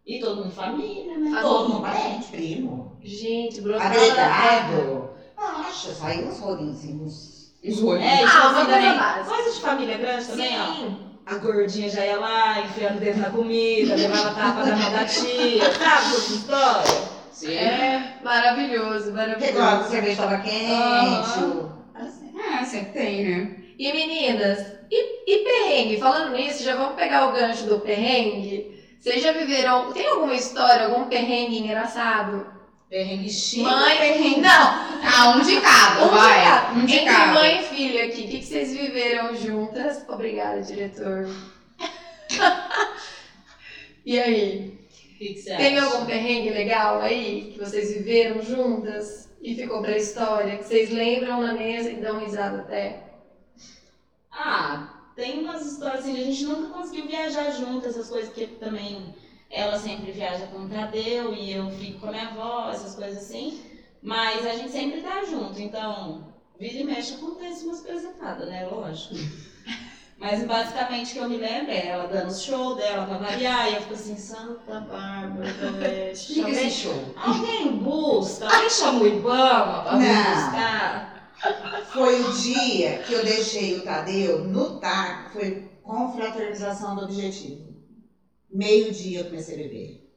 Speaker 3: E todo mundo família, né?
Speaker 2: Ah,
Speaker 4: Todo mundo parente, primo,
Speaker 2: Gente,
Speaker 4: Ah,
Speaker 2: brotava da terra.
Speaker 4: agregado. Nossa, saiu uns rolinhos.
Speaker 1: Os rolinhos.
Speaker 3: É,
Speaker 2: Ah, uma
Speaker 3: assim,
Speaker 2: coisa
Speaker 3: né?
Speaker 2: básica.
Speaker 3: Coisa de família grande também, ó.
Speaker 2: Sim.
Speaker 3: A gordinha já ia lá, enfiando o dedo na comida, levava tapa da mão da tia, sabe? essas histórias?
Speaker 1: Sim.
Speaker 2: É maravilhoso,
Speaker 4: Porque quando a
Speaker 2: maravilhoso.
Speaker 4: cerveja estava quente.
Speaker 2: Aham.
Speaker 1: É, sempre tem, né?
Speaker 2: E meninas, e, e perrengue? Falando nisso, já vamos pegar o gancho do perrengue? Vocês já viveram. Tem alguma história, algum perrengue engraçado?
Speaker 3: Perrengue chique.
Speaker 2: Mãe,
Speaker 3: perrengue.
Speaker 2: Não,
Speaker 1: Ah, um de cada,
Speaker 2: um
Speaker 1: vai.
Speaker 2: de cada.
Speaker 1: Um de
Speaker 2: Entre
Speaker 1: cada.
Speaker 2: mãe e filha aqui, o que, que vocês viveram juntas? Obrigada, *laughs* diretor. e aí?
Speaker 3: O que que você
Speaker 2: Teve
Speaker 3: acha?
Speaker 2: algum perrengue legal aí que vocês viveram juntas e ficou pra história? Que vocês lembram na mesa e dão risada até?
Speaker 3: Ah, tem umas histórias assim, de a gente nunca conseguiu viajar junto, essas coisas que também ela sempre viaja com o Tadeu e eu fico com a minha avó, essas coisas assim. Mas a gente sempre tá junto, então vira e mexe acontece umas pesadas, né?
Speaker 4: *laughs*
Speaker 3: Lógico. Mas basicamente o que eu me lembro é ela dando os show dela pra variar, e eu fico assim, Santa Bárbara, velho,
Speaker 4: *laughs* Fica assim.
Speaker 3: chamei
Speaker 4: esse show.
Speaker 3: Alguém busca, alguém chama o Ibama pra vir
Speaker 4: Não.
Speaker 3: buscar.
Speaker 4: Foi o dia que eu deixei o Tadeu no taco, foi com fraternização do objetivo. Meio dia eu comecei a beber.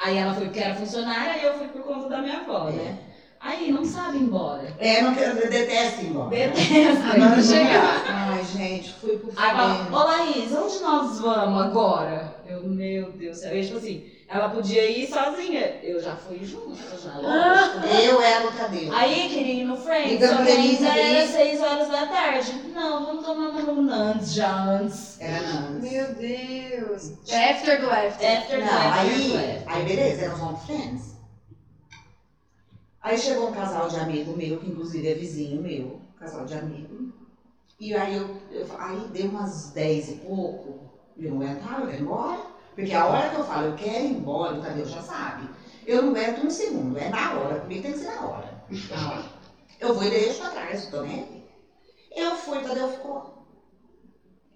Speaker 3: Aí ela foi porque era funcionária e eu fui por conta da minha avó, né? Aí não sabe ir embora.
Speaker 4: É, não quero, eu detesto ir embora.
Speaker 3: Detesta.
Speaker 4: Não,
Speaker 3: não chegar.
Speaker 4: Ai, gente, fui pro
Speaker 3: Aí fala,
Speaker 4: fundo.
Speaker 3: ô Laís, onde nós vamos agora? Eu, meu Deus do céu. Eu, tipo assim, ela podia ir sozinha. Eu já fui junto, já lógico.
Speaker 4: Eu era o Tadeu.
Speaker 3: Aí queria ir no Friends,
Speaker 4: Ligando
Speaker 3: só que
Speaker 4: pra
Speaker 3: ainda
Speaker 4: Elisa,
Speaker 3: era
Speaker 4: Elisa.
Speaker 3: 6 horas da tarde. Não, vamos tomar uma luna antes, já antes.
Speaker 4: Era não.
Speaker 2: Meu Deus! After do after.
Speaker 4: É.
Speaker 3: After
Speaker 4: Não,
Speaker 3: that,
Speaker 4: aí,
Speaker 3: after that.
Speaker 4: aí beleza, eram home friends. Aí chegou um casal de amigo meu, que inclusive é vizinho meu, casal de amigo. E aí eu, eu fa- aí deu umas 10 e pouco, eu não aguentava, eu ia embora. Porque a hora que eu falo, eu quero ir embora, o Tadeu já sabe. Eu não aguento um segundo, é na hora, comigo tem que ser na hora. Na hora. Eu vou e deixo pra trás, não tô nem aí. Eu fui, o Tadeu ficou.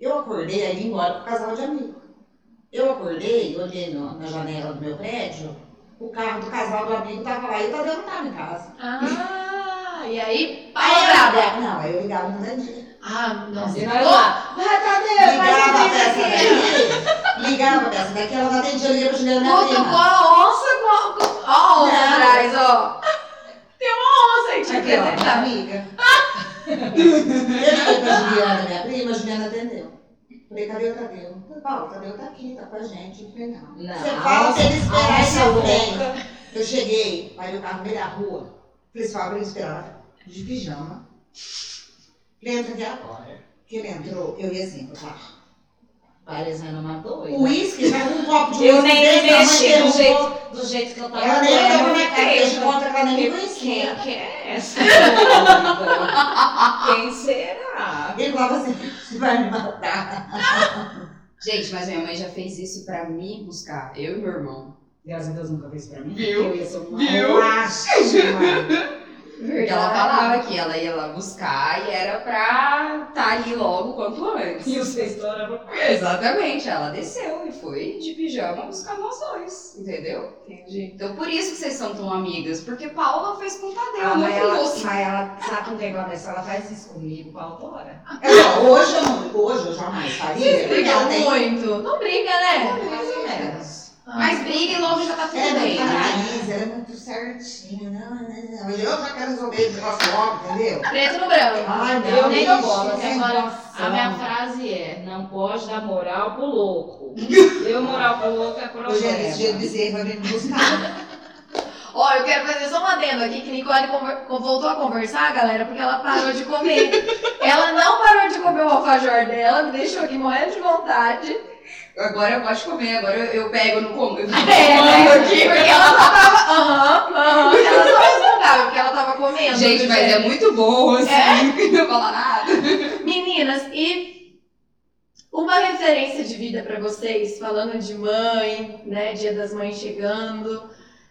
Speaker 4: Eu acordei aí vim embora com o casal de amigo. Eu acordei, olhei no- na janela do meu prédio, o carro do casal do amigo tava lá e o Tadeu não tava em casa.
Speaker 2: Ah, e aí,
Speaker 4: Aí eu
Speaker 2: palavrada.
Speaker 4: ligava- Não, aí eu ligava no Dandia.
Speaker 2: Ah, nossa.
Speaker 3: Você vai lá.
Speaker 2: Vai, Tadeu, faz
Speaker 4: Ligava pra
Speaker 2: isso
Speaker 4: essa
Speaker 2: aqui.
Speaker 4: daqui, ligava pra essa daqui, ela não atendia, eu liguei pra Juliana minha
Speaker 2: Cutucou
Speaker 4: prima.
Speaker 2: a onça com a, com a onça
Speaker 4: Não.
Speaker 2: atrás, ó. Tem uma onça aí te
Speaker 4: Aqui, ó, minha
Speaker 2: apresentar.
Speaker 4: é amiga. Eu liguei pra Juliana, minha prima, a Juliana atendeu. Falei, cadê o Tadeu? Falei, Paulo, o Tadeu tá aqui, tá com a gente. Eu falei, não.
Speaker 3: Não.
Speaker 4: Você fala pra ele esperar e
Speaker 3: Nossa,
Speaker 4: eu venho.
Speaker 3: louca.
Speaker 4: Eu cheguei, parei o carro no meio da rua. Falei, só abriu esperar de pijama. Ele entra aqui agora. Que ele entrou, eu ia assim, pá.
Speaker 3: Parecendo uma doida.
Speaker 4: O uísque tava um copo de
Speaker 3: Eu
Speaker 4: uísque
Speaker 3: nem
Speaker 4: desse
Speaker 3: me
Speaker 4: tamanho,
Speaker 3: mexi
Speaker 4: derrubou.
Speaker 3: do jeito, do jeito que eu tava.
Speaker 4: Ela um nem
Speaker 3: eu
Speaker 4: olhava
Speaker 3: me
Speaker 4: na cara, eu
Speaker 3: queixo.
Speaker 4: conta que ela nem me
Speaker 3: Quem é?
Speaker 4: conhecia.
Speaker 3: que é *laughs* essa? doida? Quem será?
Speaker 4: Ele falava assim, você vai me matar.
Speaker 1: Gente, mas minha mãe já fez isso pra me buscar, eu e meu irmão.
Speaker 3: Graças a Deus nunca fez pra mim.
Speaker 1: Viu?
Speaker 3: Eu ia ser uma
Speaker 1: Viu?
Speaker 4: Eu acho, mãe.
Speaker 1: Porque ela
Speaker 2: Ah,
Speaker 1: falava que ela ia lá buscar e era pra tá ali logo quanto antes.
Speaker 3: *laughs* E o sexto era
Speaker 1: Exatamente, ela desceu e foi de pijama buscar nós dois, entendeu?
Speaker 2: Entendi.
Speaker 1: Então por isso que vocês são tão amigas, porque Paula fez com o Tadeu,
Speaker 3: Ah,
Speaker 1: não
Speaker 3: mas
Speaker 1: com
Speaker 3: ela-
Speaker 1: você.
Speaker 3: Mas ela sabe um negócio dessa, ela faz isso comigo, com a autora.
Speaker 4: É, ó, Hoje eu não, hoje eu jamais faria. porque
Speaker 2: Brigam
Speaker 4: ela tem-
Speaker 2: muito. Não briga, né?
Speaker 4: Mais ou menos.
Speaker 1: Mas briga e logo já tá tudo
Speaker 4: Ela é
Speaker 1: bem,
Speaker 4: muito
Speaker 1: né?
Speaker 4: raiz, ela é muito certinha. Não, não, não. Eu já quero resolver o negócio logo, entendeu?
Speaker 2: Preto no branco.
Speaker 4: Ai, não,
Speaker 3: Eu nem dou
Speaker 4: gente,
Speaker 3: bola,
Speaker 4: que
Speaker 3: agora,
Speaker 4: engraçado.
Speaker 3: A minha frase é, não pode dar moral pro *laughs* louco. Deu moral pro louco é
Speaker 4: Hoje é esse dia
Speaker 3: problema.
Speaker 4: do bezerro, vai vir me buscar.
Speaker 2: Ó, eu quero fazer só um adendo aqui que Nicole conver- co- voltou a conversar, galera, porque ela parou de comer. ela não parou de comer o alfajor dela, me deixou aqui morrendo de vontade.
Speaker 1: Agora eu posso comer, agora eu, eu pego no como. Eu fico
Speaker 2: É,
Speaker 1: comando aqui.
Speaker 2: porque ela só tava. Aham, aham. Ela só responsável, porque ela tava comendo.
Speaker 1: Gente,
Speaker 2: né,
Speaker 1: mas é muito bom, assim, *laughs* não falar nada.
Speaker 2: Meninas, e uma referência de vida pra vocês, falando de mãe, né? Dia das mães chegando.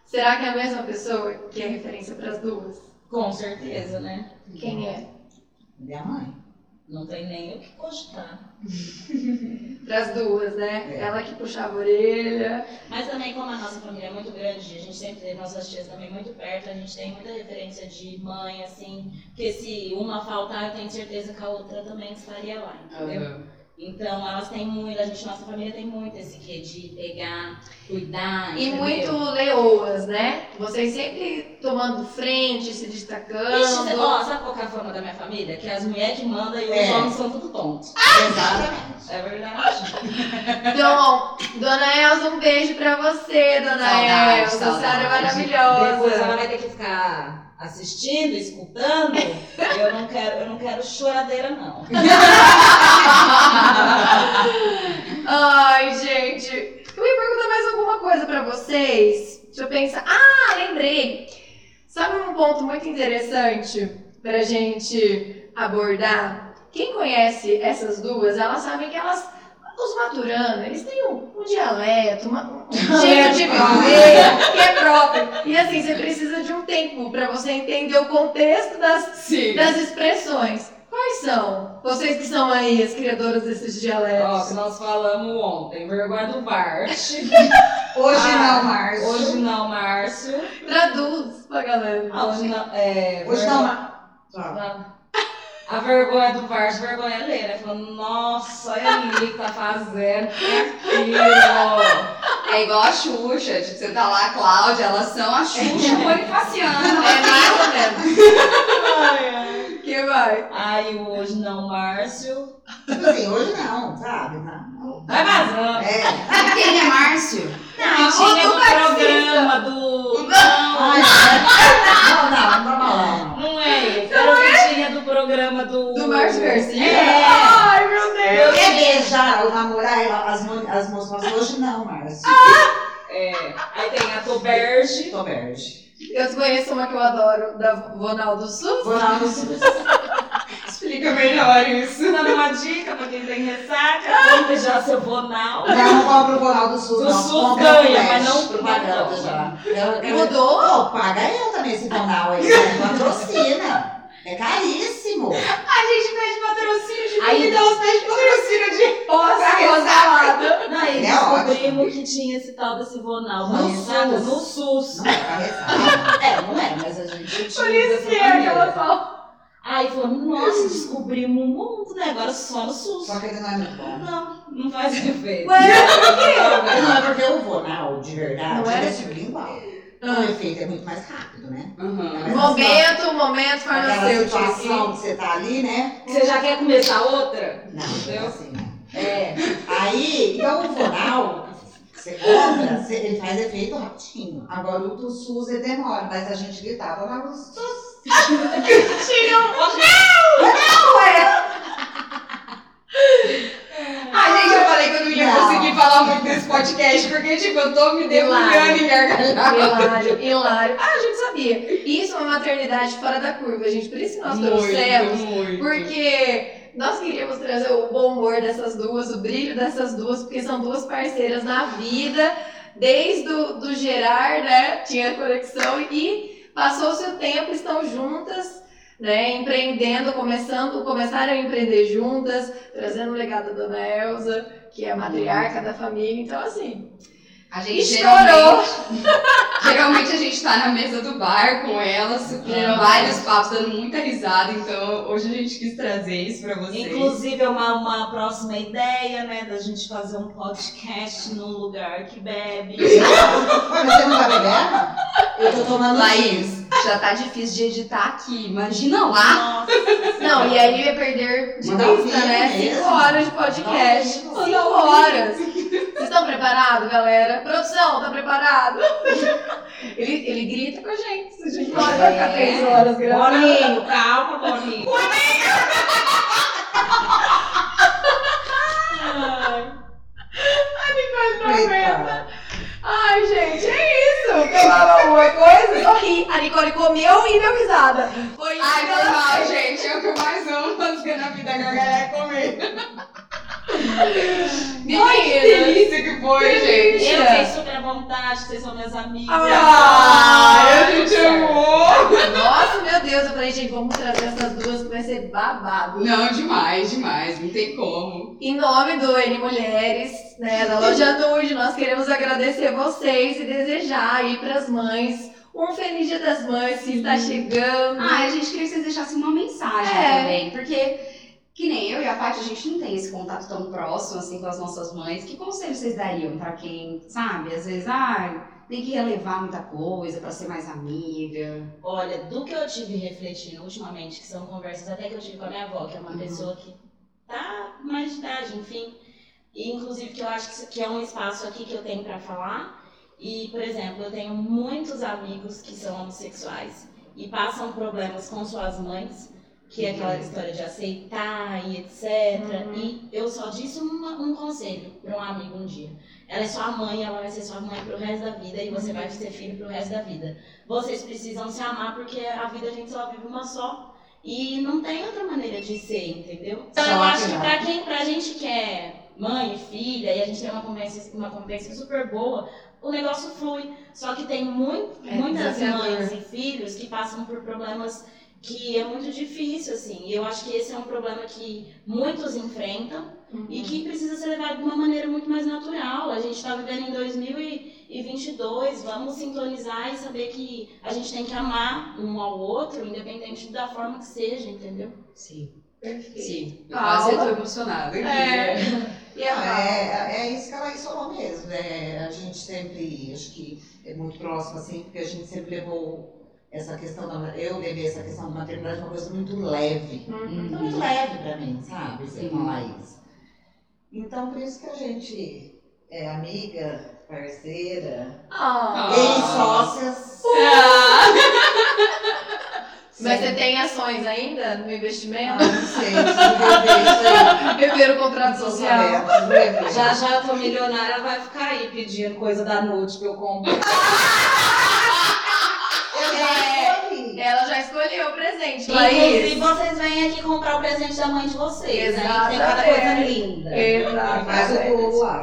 Speaker 2: Será que é a mesma pessoa que é referência pras duas?
Speaker 3: Com certeza, né?
Speaker 2: Quem é?
Speaker 4: Minha mãe.
Speaker 3: Não tem nem o que cogitar.
Speaker 2: Pras duas, né?
Speaker 4: É.
Speaker 2: Ela que puxava a orelha.
Speaker 3: Mas também como a nossa família é muito grande, a gente sempre teve nossas tias também muito perto, a gente tem muita referência de mãe,
Speaker 1: Ah, é.
Speaker 3: assim, que se uma faltar, eu tenho certeza que a outra também estaria lá, entendeu? Então elas têm muito, a gente, nossa família tem muito esse quê de pegar, cuidar.
Speaker 2: E
Speaker 3: entendeu?
Speaker 2: muito leoas, né? Vocês sempre tomando frente, se
Speaker 3: Ixi, você-
Speaker 2: destacando.
Speaker 3: ó, sabe qual que é a fama da minha família? Que as mulheres que mandam e os
Speaker 4: É.
Speaker 3: homens são tudo tontos.
Speaker 4: Exatamente.
Speaker 3: É verdade.
Speaker 2: Então, Dona Elza, um beijo pra você, Dona
Speaker 1: Saudade,
Speaker 2: Elza.
Speaker 1: saudade.
Speaker 2: Sara é
Speaker 3: Depois ela
Speaker 2: maravilhosa.
Speaker 3: vai ter que ficar assistindo, escutando. Eu não quero, eu não quero choradeira, não.
Speaker 2: Ai, gente. Eu ia perguntar mais alguma coisa pra vocês. Deixa eu pensar. Ah, lembrei. Sabe um ponto muito interessante pra gente abordar? Quem conhece essas duas, elas sabem que elas. Os maturana, eles têm um, um dialeto, uma, um jeito de viver que é próprio. E assim, você precisa de um tempo pra você entender o contexto das,
Speaker 1: *laughs* Sim.
Speaker 2: das expressões. Quais são? Vocês que são aí as criadoras desses
Speaker 3: Ó,
Speaker 2: dialetos.
Speaker 3: que nós falamos ontem, vergonha do bar.
Speaker 4: Hoje
Speaker 3: Ah,
Speaker 4: não, Márcio.
Speaker 3: Hoje não, Márcio.
Speaker 2: Traduz pra galera.
Speaker 3: Ah, hoje não. É,
Speaker 4: Hoje não, Márcio.
Speaker 3: não. *laughs* A vergonha do Márcio, vergonha é ler, né? Falando, nossa, olha ali que tá fazendo aquilo.
Speaker 1: É igual a Xuxa, tipo, você tá lá, a Cláudia, elas são a Xuxa
Speaker 2: É
Speaker 1: bonifaciana.
Speaker 2: mais ou menos. Que vai.
Speaker 3: Aí o hoje não, Márcio.
Speaker 4: Tipo assim, hoje não, sabe? Não.
Speaker 3: Vai vazando.
Speaker 4: É.
Speaker 1: Sabe quem é Márcio?
Speaker 3: Não, tinha
Speaker 2: ou
Speaker 3: o
Speaker 2: do taxista.
Speaker 3: programa do.
Speaker 4: Ai, não, não, não, não, não.
Speaker 3: Não é esse. Era o que tinha do programa do.
Speaker 2: Do Márcio Garcia?
Speaker 3: É.
Speaker 2: Ai, meu Deus.
Speaker 4: Quer beijar ou namorar ela, as, mo- as moças falam assim, hoje não, Márcio.
Speaker 3: É. Aí tem a Toberge.
Speaker 4: Tô verde.
Speaker 2: Eu conheço uma que eu adoro, da Vonaldo Sul.
Speaker 4: Vou dar no
Speaker 1: Explica melhor isso.
Speaker 3: tá Dando uma dica pra quem tem ressaca, vamos beijar seu bonal.
Speaker 4: Não compra o Bonal do Sul,
Speaker 3: Do
Speaker 4: não.
Speaker 3: Sul
Speaker 4: compra o
Speaker 3: ganha,
Speaker 4: Flash,
Speaker 3: mas não-
Speaker 4: propaganda
Speaker 3: não.
Speaker 4: já. Eu-
Speaker 2: É.
Speaker 4: eu-
Speaker 2: Mudou?
Speaker 4: Pô, paga eu também esse Bonal aí, né? patrocina. É caríssimo.
Speaker 1: A gente pede patrocínio de
Speaker 3: Aí-
Speaker 1: vida, elas pedem patrocínio de
Speaker 2: Posso
Speaker 1: Vai,
Speaker 2: salada.
Speaker 3: Aí
Speaker 4: É
Speaker 3: descobrimos que tinha esse tal desse vonal pra
Speaker 4: No
Speaker 3: ressaca
Speaker 4: SUS.
Speaker 3: no SUS.
Speaker 4: Não é pra rezar.
Speaker 3: É, não é, mas a gente utiliza essa
Speaker 2: Polícia, aquela
Speaker 3: maneira.
Speaker 2: salada.
Speaker 3: é Aí falou, nossa, descobrimos um mundo, né? Agora só no SUS.
Speaker 4: Só que ele não é muito bom.
Speaker 3: Não, não faz efeito.
Speaker 2: Ué.
Speaker 4: Não é porque o Bonal, de verdade,
Speaker 2: Não é?
Speaker 4: ele é sublingual. O efeito é muito mais rápido, né?
Speaker 1: Uhum.
Speaker 2: Momento, momento
Speaker 4: Aquela
Speaker 2: farmacêutico.
Speaker 4: situação que você tá ali, né?
Speaker 3: Você já quer começar outra?
Speaker 4: Não, não é
Speaker 3: Entendeu?
Speaker 4: assim, né?
Speaker 3: É.
Speaker 4: Aí, então o Vonal, você compra, você- ele faz efeito rapidinho. Agora o do SUS ele demora, mas a gente gritava lá, o SUS.
Speaker 1: Ai, gente, eu falei que eu não ia
Speaker 4: Não.
Speaker 1: conseguir falar muito desse podcast, porque, tipo, eu tô me debulhando em gargalhada.
Speaker 2: Hilário, hilário. Ah, a gente sabia. Isso é uma maternidade fora da curva, gente. Por isso que nós trouxemos.
Speaker 1: muito.
Speaker 2: Porque nós queríamos trazer o bom humor dessas duas, o brilho dessas duas, porque são duas parceiras na vida, desde o do gerar, né? Tinha conexão e passou-se o tempo, estão juntas, né? Empreendendo, começando, começaram a empreender juntas, trazendo o legado da Dona Elza, que é a matriarca da família. Então, assim,
Speaker 1: A gente
Speaker 2: Estourou.
Speaker 1: geralmente, geralmente a gente tá na mesa do bar com elas, com
Speaker 3: Geralmente.
Speaker 1: vários papos, dando muita risada, então hoje a gente quis trazer isso pra vocês.
Speaker 3: Inclusive, é uma, uma próxima ideia, né? Da gente fazer um podcast num lugar que bebe.
Speaker 4: Mas você não tá bebendo? Eu tô tomando gin.
Speaker 1: Laís, já tá difícil de editar aqui, imagina lá. *laughs*
Speaker 3: Nossa,
Speaker 2: não, e aí ia perder de
Speaker 4: Mandar um
Speaker 2: vista,
Speaker 4: vídeo
Speaker 2: né?
Speaker 4: mesmo. um
Speaker 2: Cinco horas de podcast.
Speaker 4: Não, não.
Speaker 2: Cinco horas. Vocês estão preparados, galera? Produção, tá preparado? *laughs* Ele, ele grita com a gente. Se a gente não
Speaker 4: É.
Speaker 2: vai ficar três horas gravando.
Speaker 3: Boninho, calma, Boninho. Ai.
Speaker 4: Coitada.
Speaker 2: Ai, gente, é isso. Pegaram alguma coisa? Só ri. A Nicole comeu e deu risada. Foi isso.
Speaker 1: Ai,
Speaker 2: que ela
Speaker 1: foi mal,
Speaker 2: fez.
Speaker 1: gente, é o que eu mais amo fazer na vida, gargalhada é comer. Que
Speaker 2: Menina.
Speaker 1: delícia que foi,
Speaker 3: Eu
Speaker 1: gente.
Speaker 3: fiquei super à vontade, vocês são minhas amigas.
Speaker 1: Ah, eu te amo.
Speaker 2: Nossa, meu Deus. Eu falei, gente, vamos trazer essas duas que vai ser babado.
Speaker 1: Não, demais, demais, não tem como.
Speaker 2: Em nome do N Mulheres, né, da Loja Nude, nós queremos agradecer vocês e desejar aí para as mães um feliz Dia das Mães que está chegando.
Speaker 1: Ah, a gente queria que vocês deixassem uma mensagem
Speaker 2: É.
Speaker 1: também, porque que Que nem eu e a Paty, a gente não tem esse contato tão próximo assim com as nossas mães. Que conselho vocês dariam pra quem, sabe? Às vezes, ah, tem que relevar muita coisa pra ser mais amiga.
Speaker 3: Olha, do que eu tive refletindo ultimamente, que são conversas até que eu tive com a minha avó, que é uma
Speaker 1: Uhum.
Speaker 3: pessoa que tá com mais de idade, enfim. E inclusive que eu acho que, isso- que é um espaço aqui que eu tenho pra falar. E, por exemplo, eu tenho muitos amigos que são homossexuais e passam problemas com suas mães, que é aquela história de aceitar e etc. E eu só disse uma- um conselho pra um amigo um dia. Ela é sua mãe, ela vai ser sua mãe pro resto da vida e você vai ser filho pro resto da vida vocês precisam se amar porque a vida a gente só vive uma só e não tem outra maneira de ser, entendeu? Então
Speaker 1: Só
Speaker 3: eu acho que
Speaker 1: tirar.
Speaker 3: pra quem, pra gente que é mãe, filha e a gente tem uma convivência, uma convivência super boa, o negócio flui. Só que tem muito,
Speaker 5: É
Speaker 3: muitas
Speaker 5: desafiador.
Speaker 3: mães e filhos que passam por problemas que é muito difícil assim. E eu acho que esse é um problema que muitos enfrentam e que precisa ser levado de uma maneira muito mais natural. A gente está vivendo em 2022, vamos sintonizar e saber que a gente tem que amar um ao outro, independente da forma que seja, entendeu?
Speaker 1: Sim.
Speaker 2: Perfeito.
Speaker 1: Sim. Eu
Speaker 2: Paula?
Speaker 1: quase eu tô emocionada.
Speaker 2: É.
Speaker 1: E a Paula?
Speaker 4: É, é isso que ela falou mesmo. né? a gente sempre, acho que é muito próximo, assim, porque a gente sempre levou essa questão, da, eu levei essa questão da maternidade uma coisa muito leve.
Speaker 1: Uhum.
Speaker 4: Então, muito leve pra mim,
Speaker 2: Ah,
Speaker 4: sabe?
Speaker 2: é.
Speaker 4: Ser
Speaker 1: Sim.
Speaker 4: com a Laís. Então, por isso que a gente é amiga, parceira,
Speaker 2: Ah.
Speaker 4: ex-sócias.
Speaker 2: Mas é-
Speaker 4: sempre-
Speaker 2: você tem ações ainda no investimento?
Speaker 4: Ah, Não sei, se
Speaker 1: Ah.
Speaker 2: Viver o contrato
Speaker 4: eu
Speaker 2: social?
Speaker 3: Já já eu tô milionária, vai ficar aí pedindo coisa da noite pra eu comprar.
Speaker 4: Eu é. já escolhi.
Speaker 2: Ela já escolheu o presente,
Speaker 3: Inclusive,
Speaker 2: Laís.
Speaker 3: vocês vêm aqui comprar o presente da mãe de vocês, né? Tem cada coisa
Speaker 2: Exatamente.
Speaker 3: linda.
Speaker 2: é,
Speaker 4: Faz o
Speaker 2: Exatamente.
Speaker 4: bolo lá.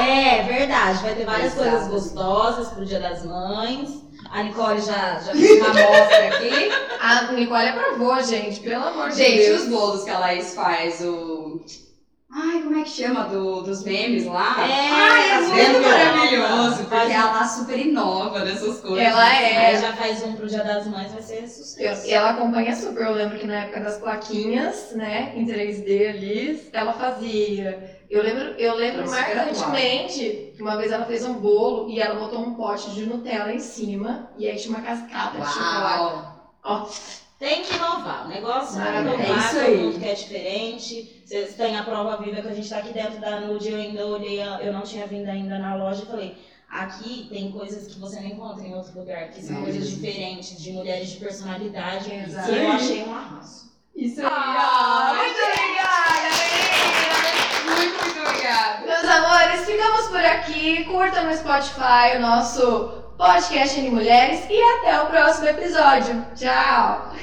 Speaker 3: É, verdade. Vai ter várias
Speaker 4: Exato.
Speaker 3: coisas gostosas pro Dia das Mães. A Nicole já, já fez uma amostra aqui.
Speaker 2: A Nicole aprovou, gente, pelo amor de
Speaker 1: é. Gente,
Speaker 2: Deus.
Speaker 1: os bolos que a Laís faz, o. Ai, como é que chama? Do, dos memes lá?
Speaker 3: É,
Speaker 1: Ai, é
Speaker 3: tá
Speaker 1: muito
Speaker 4: vendo?
Speaker 1: maravilhoso,
Speaker 3: Faz
Speaker 1: porque ela super inova nessas coisas.
Speaker 2: Ela é.
Speaker 3: Aí já faz um pro Dia das Mães, vai ser sucesso.
Speaker 2: Eu- ela acompanha super. Eu lembro que na época das plaquinhas, né, em 3D ali, ela fazia. Eu lembro, eu lembro
Speaker 4: Mas espera lá.
Speaker 2: marcantemente que uma vez ela fez um bolo e ela botou um pote de Nutella em cima e aí tinha uma cascata de chocolate.
Speaker 1: Uau!
Speaker 3: Tem que inovar. O negócio é
Speaker 2: Maravilha.
Speaker 3: inovar,
Speaker 1: É isso
Speaker 3: todo
Speaker 1: aí.
Speaker 3: mundo quer diferente. Vocês têm a prova viva que a gente tá aqui dentro da Nude. Eu ainda olhei, a- eu não tinha vindo ainda na loja e falei. Aqui tem coisas que você não encontra em outro lugar, que são
Speaker 1: É.
Speaker 3: coisas diferentes, de mulheres de personalidade.
Speaker 2: Exato.
Speaker 3: E eu achei um arraso.
Speaker 1: Isso aí!
Speaker 2: Ah,
Speaker 1: ó.
Speaker 2: muito
Speaker 1: Muito,
Speaker 2: obrigada,
Speaker 1: muito obrigada!
Speaker 2: meninas! Meus amores, ficamos por aqui. Curtam no Spotify o nosso podcast de mulheres e até o próximo episódio. Tchau!